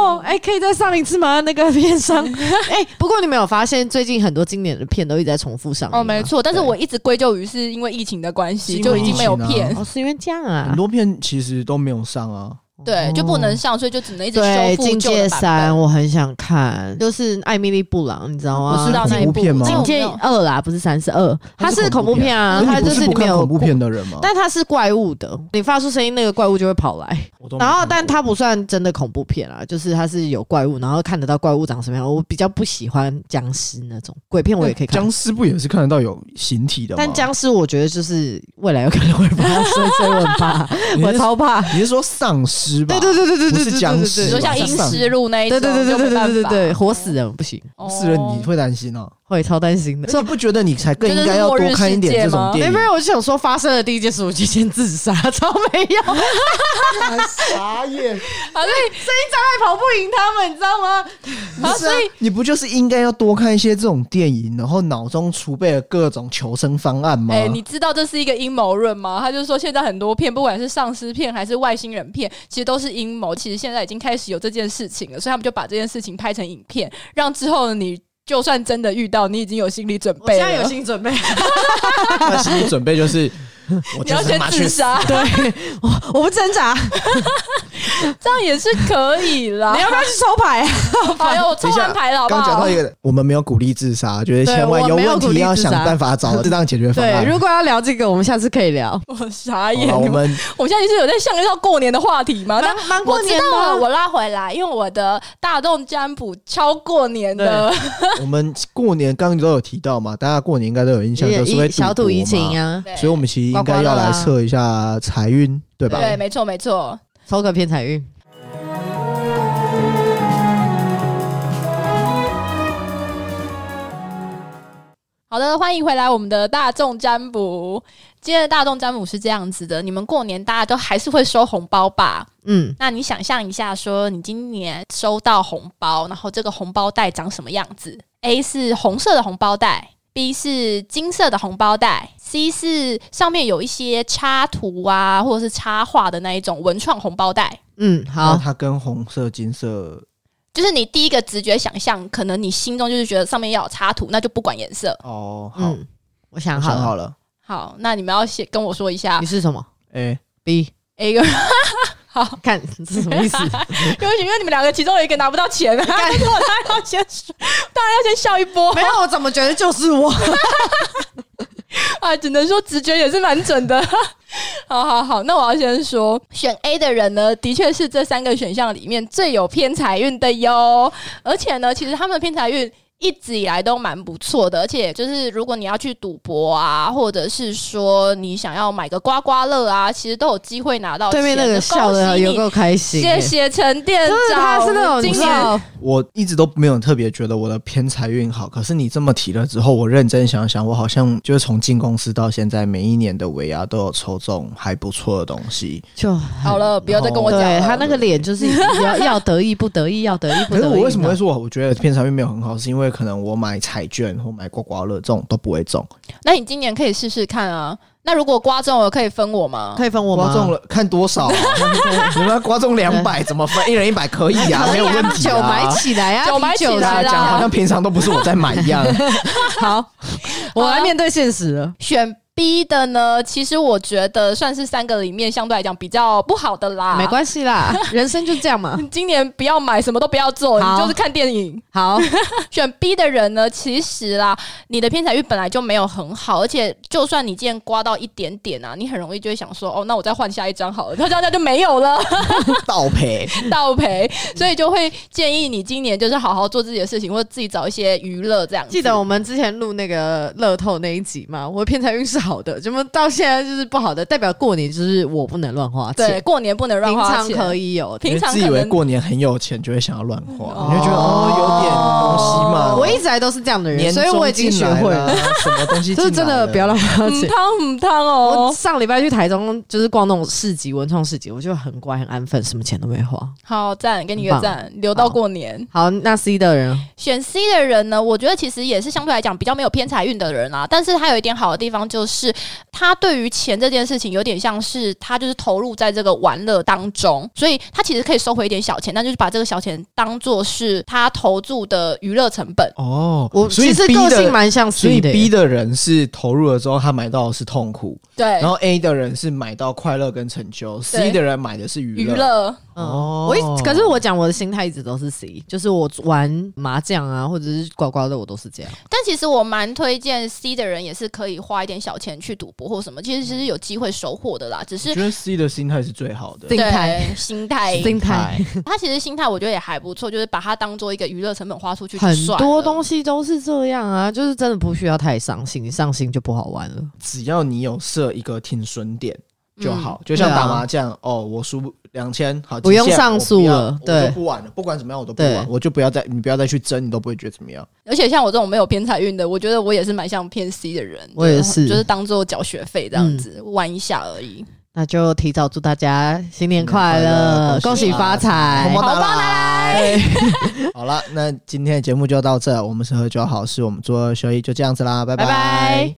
[SPEAKER 2] 哦！哎、可以再上一次吗？ (laughs) 那个片商？哎、不过你没有发现最近很多经典的片都一直在重复上映吗
[SPEAKER 3] 哦，没。错，但是
[SPEAKER 2] 对
[SPEAKER 3] 我一直归咎于是因为疫情的关系，
[SPEAKER 1] 是
[SPEAKER 3] 就
[SPEAKER 1] 因为
[SPEAKER 3] 已经没有
[SPEAKER 1] 疫情啊
[SPEAKER 3] 片，
[SPEAKER 2] 哦，是因为这样啊
[SPEAKER 1] 很。多片其实都没有上啊。
[SPEAKER 3] 对，就不能
[SPEAKER 2] 哦
[SPEAKER 3] 上，所以就只能一直
[SPEAKER 2] 对
[SPEAKER 3] 修
[SPEAKER 2] 《
[SPEAKER 3] 复
[SPEAKER 2] 境
[SPEAKER 3] 旧
[SPEAKER 2] 界
[SPEAKER 3] 的
[SPEAKER 2] 三
[SPEAKER 3] 版》，本。
[SPEAKER 2] 我很想看，就是艾米丽布朗，你知道吗？
[SPEAKER 3] 我知道那一
[SPEAKER 1] 恐怖
[SPEAKER 3] 部
[SPEAKER 1] 片吗
[SPEAKER 3] 但
[SPEAKER 2] 境
[SPEAKER 3] 我
[SPEAKER 2] 界
[SPEAKER 3] 没有
[SPEAKER 2] 二啦，不是三，是二，它
[SPEAKER 1] 它是
[SPEAKER 2] 是恐怖
[SPEAKER 1] 恐怖
[SPEAKER 2] 片啊，
[SPEAKER 1] 那
[SPEAKER 2] 它
[SPEAKER 1] 你不
[SPEAKER 2] 就是是
[SPEAKER 1] 不
[SPEAKER 2] 里
[SPEAKER 1] 看
[SPEAKER 2] 面有
[SPEAKER 1] 恐怖片的人吗？
[SPEAKER 2] 但它是怪物的，你发出声音，那个怪物就会跑来。
[SPEAKER 1] 我都没
[SPEAKER 2] 然后
[SPEAKER 1] 看，
[SPEAKER 2] 但
[SPEAKER 1] 过
[SPEAKER 2] 它不算真的恐怖片啊，就是它是有怪物，然后看得到怪物长什么样。我比较不喜欢僵尸那种鬼片，我也可以看。
[SPEAKER 1] 僵尸不也是看得到有形体的吗？
[SPEAKER 2] 但僵尸我觉得就是未来有可能会发生，所以我很怕，
[SPEAKER 1] 你是
[SPEAKER 2] (laughs) 我超怕。
[SPEAKER 1] 你是说丧尸吧？
[SPEAKER 2] 对对对对对
[SPEAKER 1] 不
[SPEAKER 2] 对
[SPEAKER 1] 是
[SPEAKER 2] 对对
[SPEAKER 1] 僵
[SPEAKER 2] 对
[SPEAKER 1] 尸
[SPEAKER 3] 你说
[SPEAKER 1] 吧
[SPEAKER 3] 像《阴
[SPEAKER 1] 上
[SPEAKER 3] 尸路》那一
[SPEAKER 2] 对
[SPEAKER 3] 种，
[SPEAKER 2] 对对对
[SPEAKER 3] 就
[SPEAKER 2] 对
[SPEAKER 3] 没
[SPEAKER 2] 对
[SPEAKER 3] 办
[SPEAKER 2] 对
[SPEAKER 3] 法
[SPEAKER 2] 对，活死人不行，
[SPEAKER 1] 死人你会担心哦。
[SPEAKER 2] 会超担心的。
[SPEAKER 1] 那你不觉得你才更
[SPEAKER 3] 觉
[SPEAKER 1] 应
[SPEAKER 3] 得
[SPEAKER 1] 该
[SPEAKER 3] 是
[SPEAKER 1] 要
[SPEAKER 3] 末
[SPEAKER 1] 多
[SPEAKER 3] 日
[SPEAKER 1] 看一
[SPEAKER 3] 世
[SPEAKER 1] 点
[SPEAKER 3] 界
[SPEAKER 1] 这种
[SPEAKER 3] 吗
[SPEAKER 1] 电
[SPEAKER 2] 没
[SPEAKER 1] 影？
[SPEAKER 2] 有
[SPEAKER 1] (laughs)
[SPEAKER 2] 没有，我就想说，发生的第一件事，我就先自杀， (laughs) 超没用。
[SPEAKER 1] 啊傻
[SPEAKER 2] (laughs)
[SPEAKER 1] 眼，
[SPEAKER 3] (laughs)
[SPEAKER 2] 还跑不赢他们，你知道吗？
[SPEAKER 1] 不是啊
[SPEAKER 3] 所以
[SPEAKER 1] 你不就是应该要多看一些这种电影，然后脑中储备了各种求生方案吗？
[SPEAKER 3] 哎、你知道这是一个阴谋论吗？他就说现在很多片，不管是丧尸片还是外星人片，其实都是阴谋。其实现在已经开始有这件事情了，所以他们就把这件事情拍成影片，让之后你就算真的遇到，你已经有心理准
[SPEAKER 2] 我
[SPEAKER 3] 备
[SPEAKER 2] 现
[SPEAKER 3] 了。
[SPEAKER 2] 在有心理准
[SPEAKER 3] (laughs)
[SPEAKER 2] 备，
[SPEAKER 1] 那心理准备
[SPEAKER 2] (laughs)
[SPEAKER 1] 就是，我
[SPEAKER 3] 你
[SPEAKER 1] 就
[SPEAKER 3] 要
[SPEAKER 1] 是他
[SPEAKER 3] 先
[SPEAKER 1] 妈去
[SPEAKER 3] 自
[SPEAKER 1] 死。
[SPEAKER 3] 杀，
[SPEAKER 2] 我不挣扎。
[SPEAKER 3] 这样也是可以啦
[SPEAKER 2] 你。要不要去抽牌啊？
[SPEAKER 3] (laughs) 哎呦，我抽
[SPEAKER 1] 等一下
[SPEAKER 3] 完牌了，好不
[SPEAKER 1] 刚讲
[SPEAKER 3] 好
[SPEAKER 1] 到？一个，我们没有鼓励自杀，觉得
[SPEAKER 2] 对
[SPEAKER 1] 千万
[SPEAKER 2] 我
[SPEAKER 1] 有
[SPEAKER 2] 没有
[SPEAKER 1] 问
[SPEAKER 2] 鼓
[SPEAKER 1] 题
[SPEAKER 2] 励
[SPEAKER 1] 要
[SPEAKER 2] 自
[SPEAKER 1] 想
[SPEAKER 2] 杀
[SPEAKER 1] 办法找适当解决方案。
[SPEAKER 2] 对，如果要聊这个，我们下次可以聊。
[SPEAKER 3] (laughs) 我傻
[SPEAKER 1] 好
[SPEAKER 3] 眼，
[SPEAKER 1] 了，我们
[SPEAKER 3] 我现在就是有在想要过年的话题
[SPEAKER 2] 啊
[SPEAKER 3] 嘛，但。
[SPEAKER 2] 蛮
[SPEAKER 3] 我知
[SPEAKER 2] 啊
[SPEAKER 3] 道啊了，我拉回来，因为我的大众占卜超过年的，
[SPEAKER 1] (laughs) 我们过年刚刚都有提到嘛，大家过年应该都有印象，就是会
[SPEAKER 2] 小赌
[SPEAKER 1] 赌
[SPEAKER 2] 怡情
[SPEAKER 1] 啊。
[SPEAKER 2] 啊，
[SPEAKER 3] 对
[SPEAKER 1] 所以，我们其实应该要来测一下财运，对吧？
[SPEAKER 3] 对，没错没错，
[SPEAKER 2] 抽个偏财运。
[SPEAKER 3] 好的，欢迎回来我们的大众占卜。今天的大众占卜是这样子的：你们过年大家都还是会收红包吧？
[SPEAKER 2] 嗯，
[SPEAKER 3] 那你想象一下，说你今年收到红包，然后这个红包袋长什么样子？A 是红色的红包袋，B 是金色的红包袋，C 是上面有一些插图啊，或者是插画的那一种文创红包袋。
[SPEAKER 2] 嗯，
[SPEAKER 1] 那
[SPEAKER 2] 好，
[SPEAKER 1] 它跟红色、金色
[SPEAKER 3] 就是你第一个直觉想象，可能你心中就是觉得上面要有插图，那就不管颜色。
[SPEAKER 1] 哦，好，
[SPEAKER 2] 嗯，我想
[SPEAKER 1] 我
[SPEAKER 2] 好
[SPEAKER 1] 想
[SPEAKER 2] 了，
[SPEAKER 1] 好了，
[SPEAKER 3] 好，那你们要先跟我说一下
[SPEAKER 2] 你是什么
[SPEAKER 1] 哎，
[SPEAKER 2] ？B，
[SPEAKER 3] A 跟
[SPEAKER 2] 看这是什么意
[SPEAKER 3] (laughs)
[SPEAKER 2] 思？
[SPEAKER 3] 因为因为你们两个其中有一个拿不到钱啊，但是我 (laughs) 当然要先说，当然要先笑一波
[SPEAKER 2] 没有，我怎么觉得就是我？
[SPEAKER 3] (laughs) 啊，只能说直觉也是蛮准的。 (laughs) 好好好，那我要先说，选 A 的人呢，的确是这三个选项里面最有偏财运的哟。而且呢，其实他们的偏财运一直以来都蛮不错的，而且就是如果你要去赌博啊，或者是说你想要买个刮刮乐啊，其实都有机会拿到
[SPEAKER 2] 对面那个
[SPEAKER 3] 钱
[SPEAKER 2] 笑的有。
[SPEAKER 3] 恭喜你
[SPEAKER 2] 够开心欸，
[SPEAKER 3] 谢谢陈店
[SPEAKER 2] 真的，
[SPEAKER 3] 长，
[SPEAKER 2] 他是那种
[SPEAKER 3] 今
[SPEAKER 2] 你知
[SPEAKER 3] 年
[SPEAKER 2] 道，
[SPEAKER 1] 我一直都没有特别觉得我的偏财运好，可是你这么提了之后，我认真想想，我好像就是从进公司到现在，每一年的尾牙都有抽中还不错的东西。
[SPEAKER 2] 就
[SPEAKER 3] 好了，不要再跟我讲了。
[SPEAKER 2] 哦对他那个脸
[SPEAKER 3] (laughs)
[SPEAKER 2] 就是要要得意不得意，要得意不
[SPEAKER 1] 可是
[SPEAKER 2] 得意。
[SPEAKER 1] 我为什么会
[SPEAKER 2] 你知
[SPEAKER 1] 说我我觉得偏财运没有很好，是因为可能我买彩券或买刮刮乐这种都不会中，
[SPEAKER 3] 那你今年可以试试看啊。那如果刮中了，可以分我吗
[SPEAKER 2] 道？可以分我吗？
[SPEAKER 1] 刮中了看多少、
[SPEAKER 2] (laughs)
[SPEAKER 1] 啊？你们要刮中两百怎么分？一人一百可以
[SPEAKER 2] (laughs)
[SPEAKER 1] 啊，没有问题
[SPEAKER 2] 酒买
[SPEAKER 1] 啊。
[SPEAKER 2] 起来啊，
[SPEAKER 3] 酒买
[SPEAKER 2] 啤
[SPEAKER 3] 起
[SPEAKER 1] 大家
[SPEAKER 3] 来啦
[SPEAKER 1] 讲好像平常都不是我在买一
[SPEAKER 2] (laughs)
[SPEAKER 1] 样，
[SPEAKER 2] 好，我来面对现实了。
[SPEAKER 3] 选 B 的呢？其实我觉得算是三个里面相对来讲比较不好的啦。
[SPEAKER 2] 没关系啦，人生就这样嘛。
[SPEAKER 3] 系，今年不要买，什么都不要做，
[SPEAKER 2] 好
[SPEAKER 3] 你就是看电影。 (laughs)
[SPEAKER 2] 好，
[SPEAKER 3] 选 B 的人呢，其实啦，你的偏财运本来就没有很好，而且就算你今天刮到一点点啊，你很容易就会想说，哦，那我再换下一张好了，那 (laughs) 这样就没有了。 (laughs)
[SPEAKER 1] 倒赔。
[SPEAKER 3] 倒赔，所以就会建议你今年就是好好做自己的事情，或者自己找一些娱乐这样子。
[SPEAKER 2] 记得我们之前录那个乐透那一集吗？我的偏财运是好的，怎么到现在就是不好的？代表过年就是我不能乱花
[SPEAKER 3] 对
[SPEAKER 2] 钱，
[SPEAKER 3] 过年不能乱
[SPEAKER 2] 平
[SPEAKER 3] 花
[SPEAKER 2] 常
[SPEAKER 3] 钱，
[SPEAKER 2] 可以有。
[SPEAKER 3] 平常
[SPEAKER 1] 自以
[SPEAKER 3] 可
[SPEAKER 1] 为
[SPEAKER 3] 能
[SPEAKER 1] 过年很有钱，就会想要乱
[SPEAKER 3] 哦
[SPEAKER 1] 花，你就觉得哦有点东西嘛。
[SPEAKER 2] 我一直来都是这样的人，
[SPEAKER 1] 年
[SPEAKER 2] 所以我已经学会了，
[SPEAKER 1] 终进来啦，什么东西进来了
[SPEAKER 2] 就是真的不要乱花 (laughs)
[SPEAKER 3] 嗯
[SPEAKER 2] 钱。
[SPEAKER 3] 汤嗯汤
[SPEAKER 2] 我
[SPEAKER 3] 哦。
[SPEAKER 2] 上礼拜去台中，就是逛那种市集、文创市集，我就很乖、很安分，什么钱都没花。
[SPEAKER 3] 好赞，给你一个
[SPEAKER 2] 很棒
[SPEAKER 3] 赞，留到过年。
[SPEAKER 2] 好，那 C 的人，
[SPEAKER 3] 选 C 的人呢，我觉得其实也是相对来讲比较没有偏财运的人啊。但是他有一点好的地方，就是他对于钱这件事情有点像是他就是投入在这个玩乐当中，所以他其实可以收回一点小钱，但就是把这个小钱当做是他投注的娱乐成本。
[SPEAKER 1] 哦。
[SPEAKER 2] 我
[SPEAKER 1] 所以
[SPEAKER 2] 其实
[SPEAKER 1] B
[SPEAKER 2] 个
[SPEAKER 1] 的
[SPEAKER 2] 性蛮像
[SPEAKER 1] 所以
[SPEAKER 2] C 的耶，
[SPEAKER 1] B 的人是投入了之后，他买到的是痛苦，
[SPEAKER 3] 对，
[SPEAKER 1] 然后 A 的人是买到快乐跟成就，C 的人买的是娱
[SPEAKER 3] 娱乐。
[SPEAKER 2] 嗯
[SPEAKER 1] 哦
[SPEAKER 2] 我一可是我讲我的心态一直都是 C，就是我玩麻将啊，或者是刮刮乐，我都是这样。
[SPEAKER 3] 但其实我蛮推荐 C 的人也是可以花一点小钱去赌博或什么，其实其实有机会收获的啦。只
[SPEAKER 1] 我
[SPEAKER 3] 是
[SPEAKER 1] 觉得 C 的心态是最好的
[SPEAKER 2] 对。心态
[SPEAKER 3] 对心态，
[SPEAKER 2] 心态
[SPEAKER 3] 他其实心态我觉得也还不错，就是把它当做一个娱乐成本花出去就
[SPEAKER 2] 很
[SPEAKER 3] 算
[SPEAKER 2] 多东
[SPEAKER 3] 西。
[SPEAKER 2] 西都是这样啊，就是真的不需要太上心，上心就不好玩了。
[SPEAKER 1] 只要你有设一个停损点就好，就
[SPEAKER 2] 对
[SPEAKER 1] 像
[SPEAKER 2] 啊
[SPEAKER 1] 打麻将哦，我输两千，好，
[SPEAKER 2] 不用
[SPEAKER 1] 极限
[SPEAKER 2] 上诉
[SPEAKER 1] 我不要
[SPEAKER 2] 了
[SPEAKER 1] 我
[SPEAKER 2] 对
[SPEAKER 1] 就不玩了，不管怎么样我都不玩，
[SPEAKER 2] 对
[SPEAKER 1] 我就不要再你不要再去争，你都不会觉得怎么样。
[SPEAKER 3] 而且像我这种没有偏财运的，我觉得我也是蛮像偏 C 的人。
[SPEAKER 2] 我也是嗯
[SPEAKER 3] 就是当做缴学费这样子、玩一下而已。
[SPEAKER 2] 那就提早祝大家新年
[SPEAKER 1] 年快
[SPEAKER 2] 快乐，
[SPEAKER 1] 乐
[SPEAKER 2] 恭喜发
[SPEAKER 1] 红
[SPEAKER 2] 财
[SPEAKER 1] 包。拿
[SPEAKER 3] 红包拿
[SPEAKER 1] 来。好了，那今天的节目就到这，我们是喝酒好事，我们做二休一，就这样子啦，拜
[SPEAKER 3] 拜拜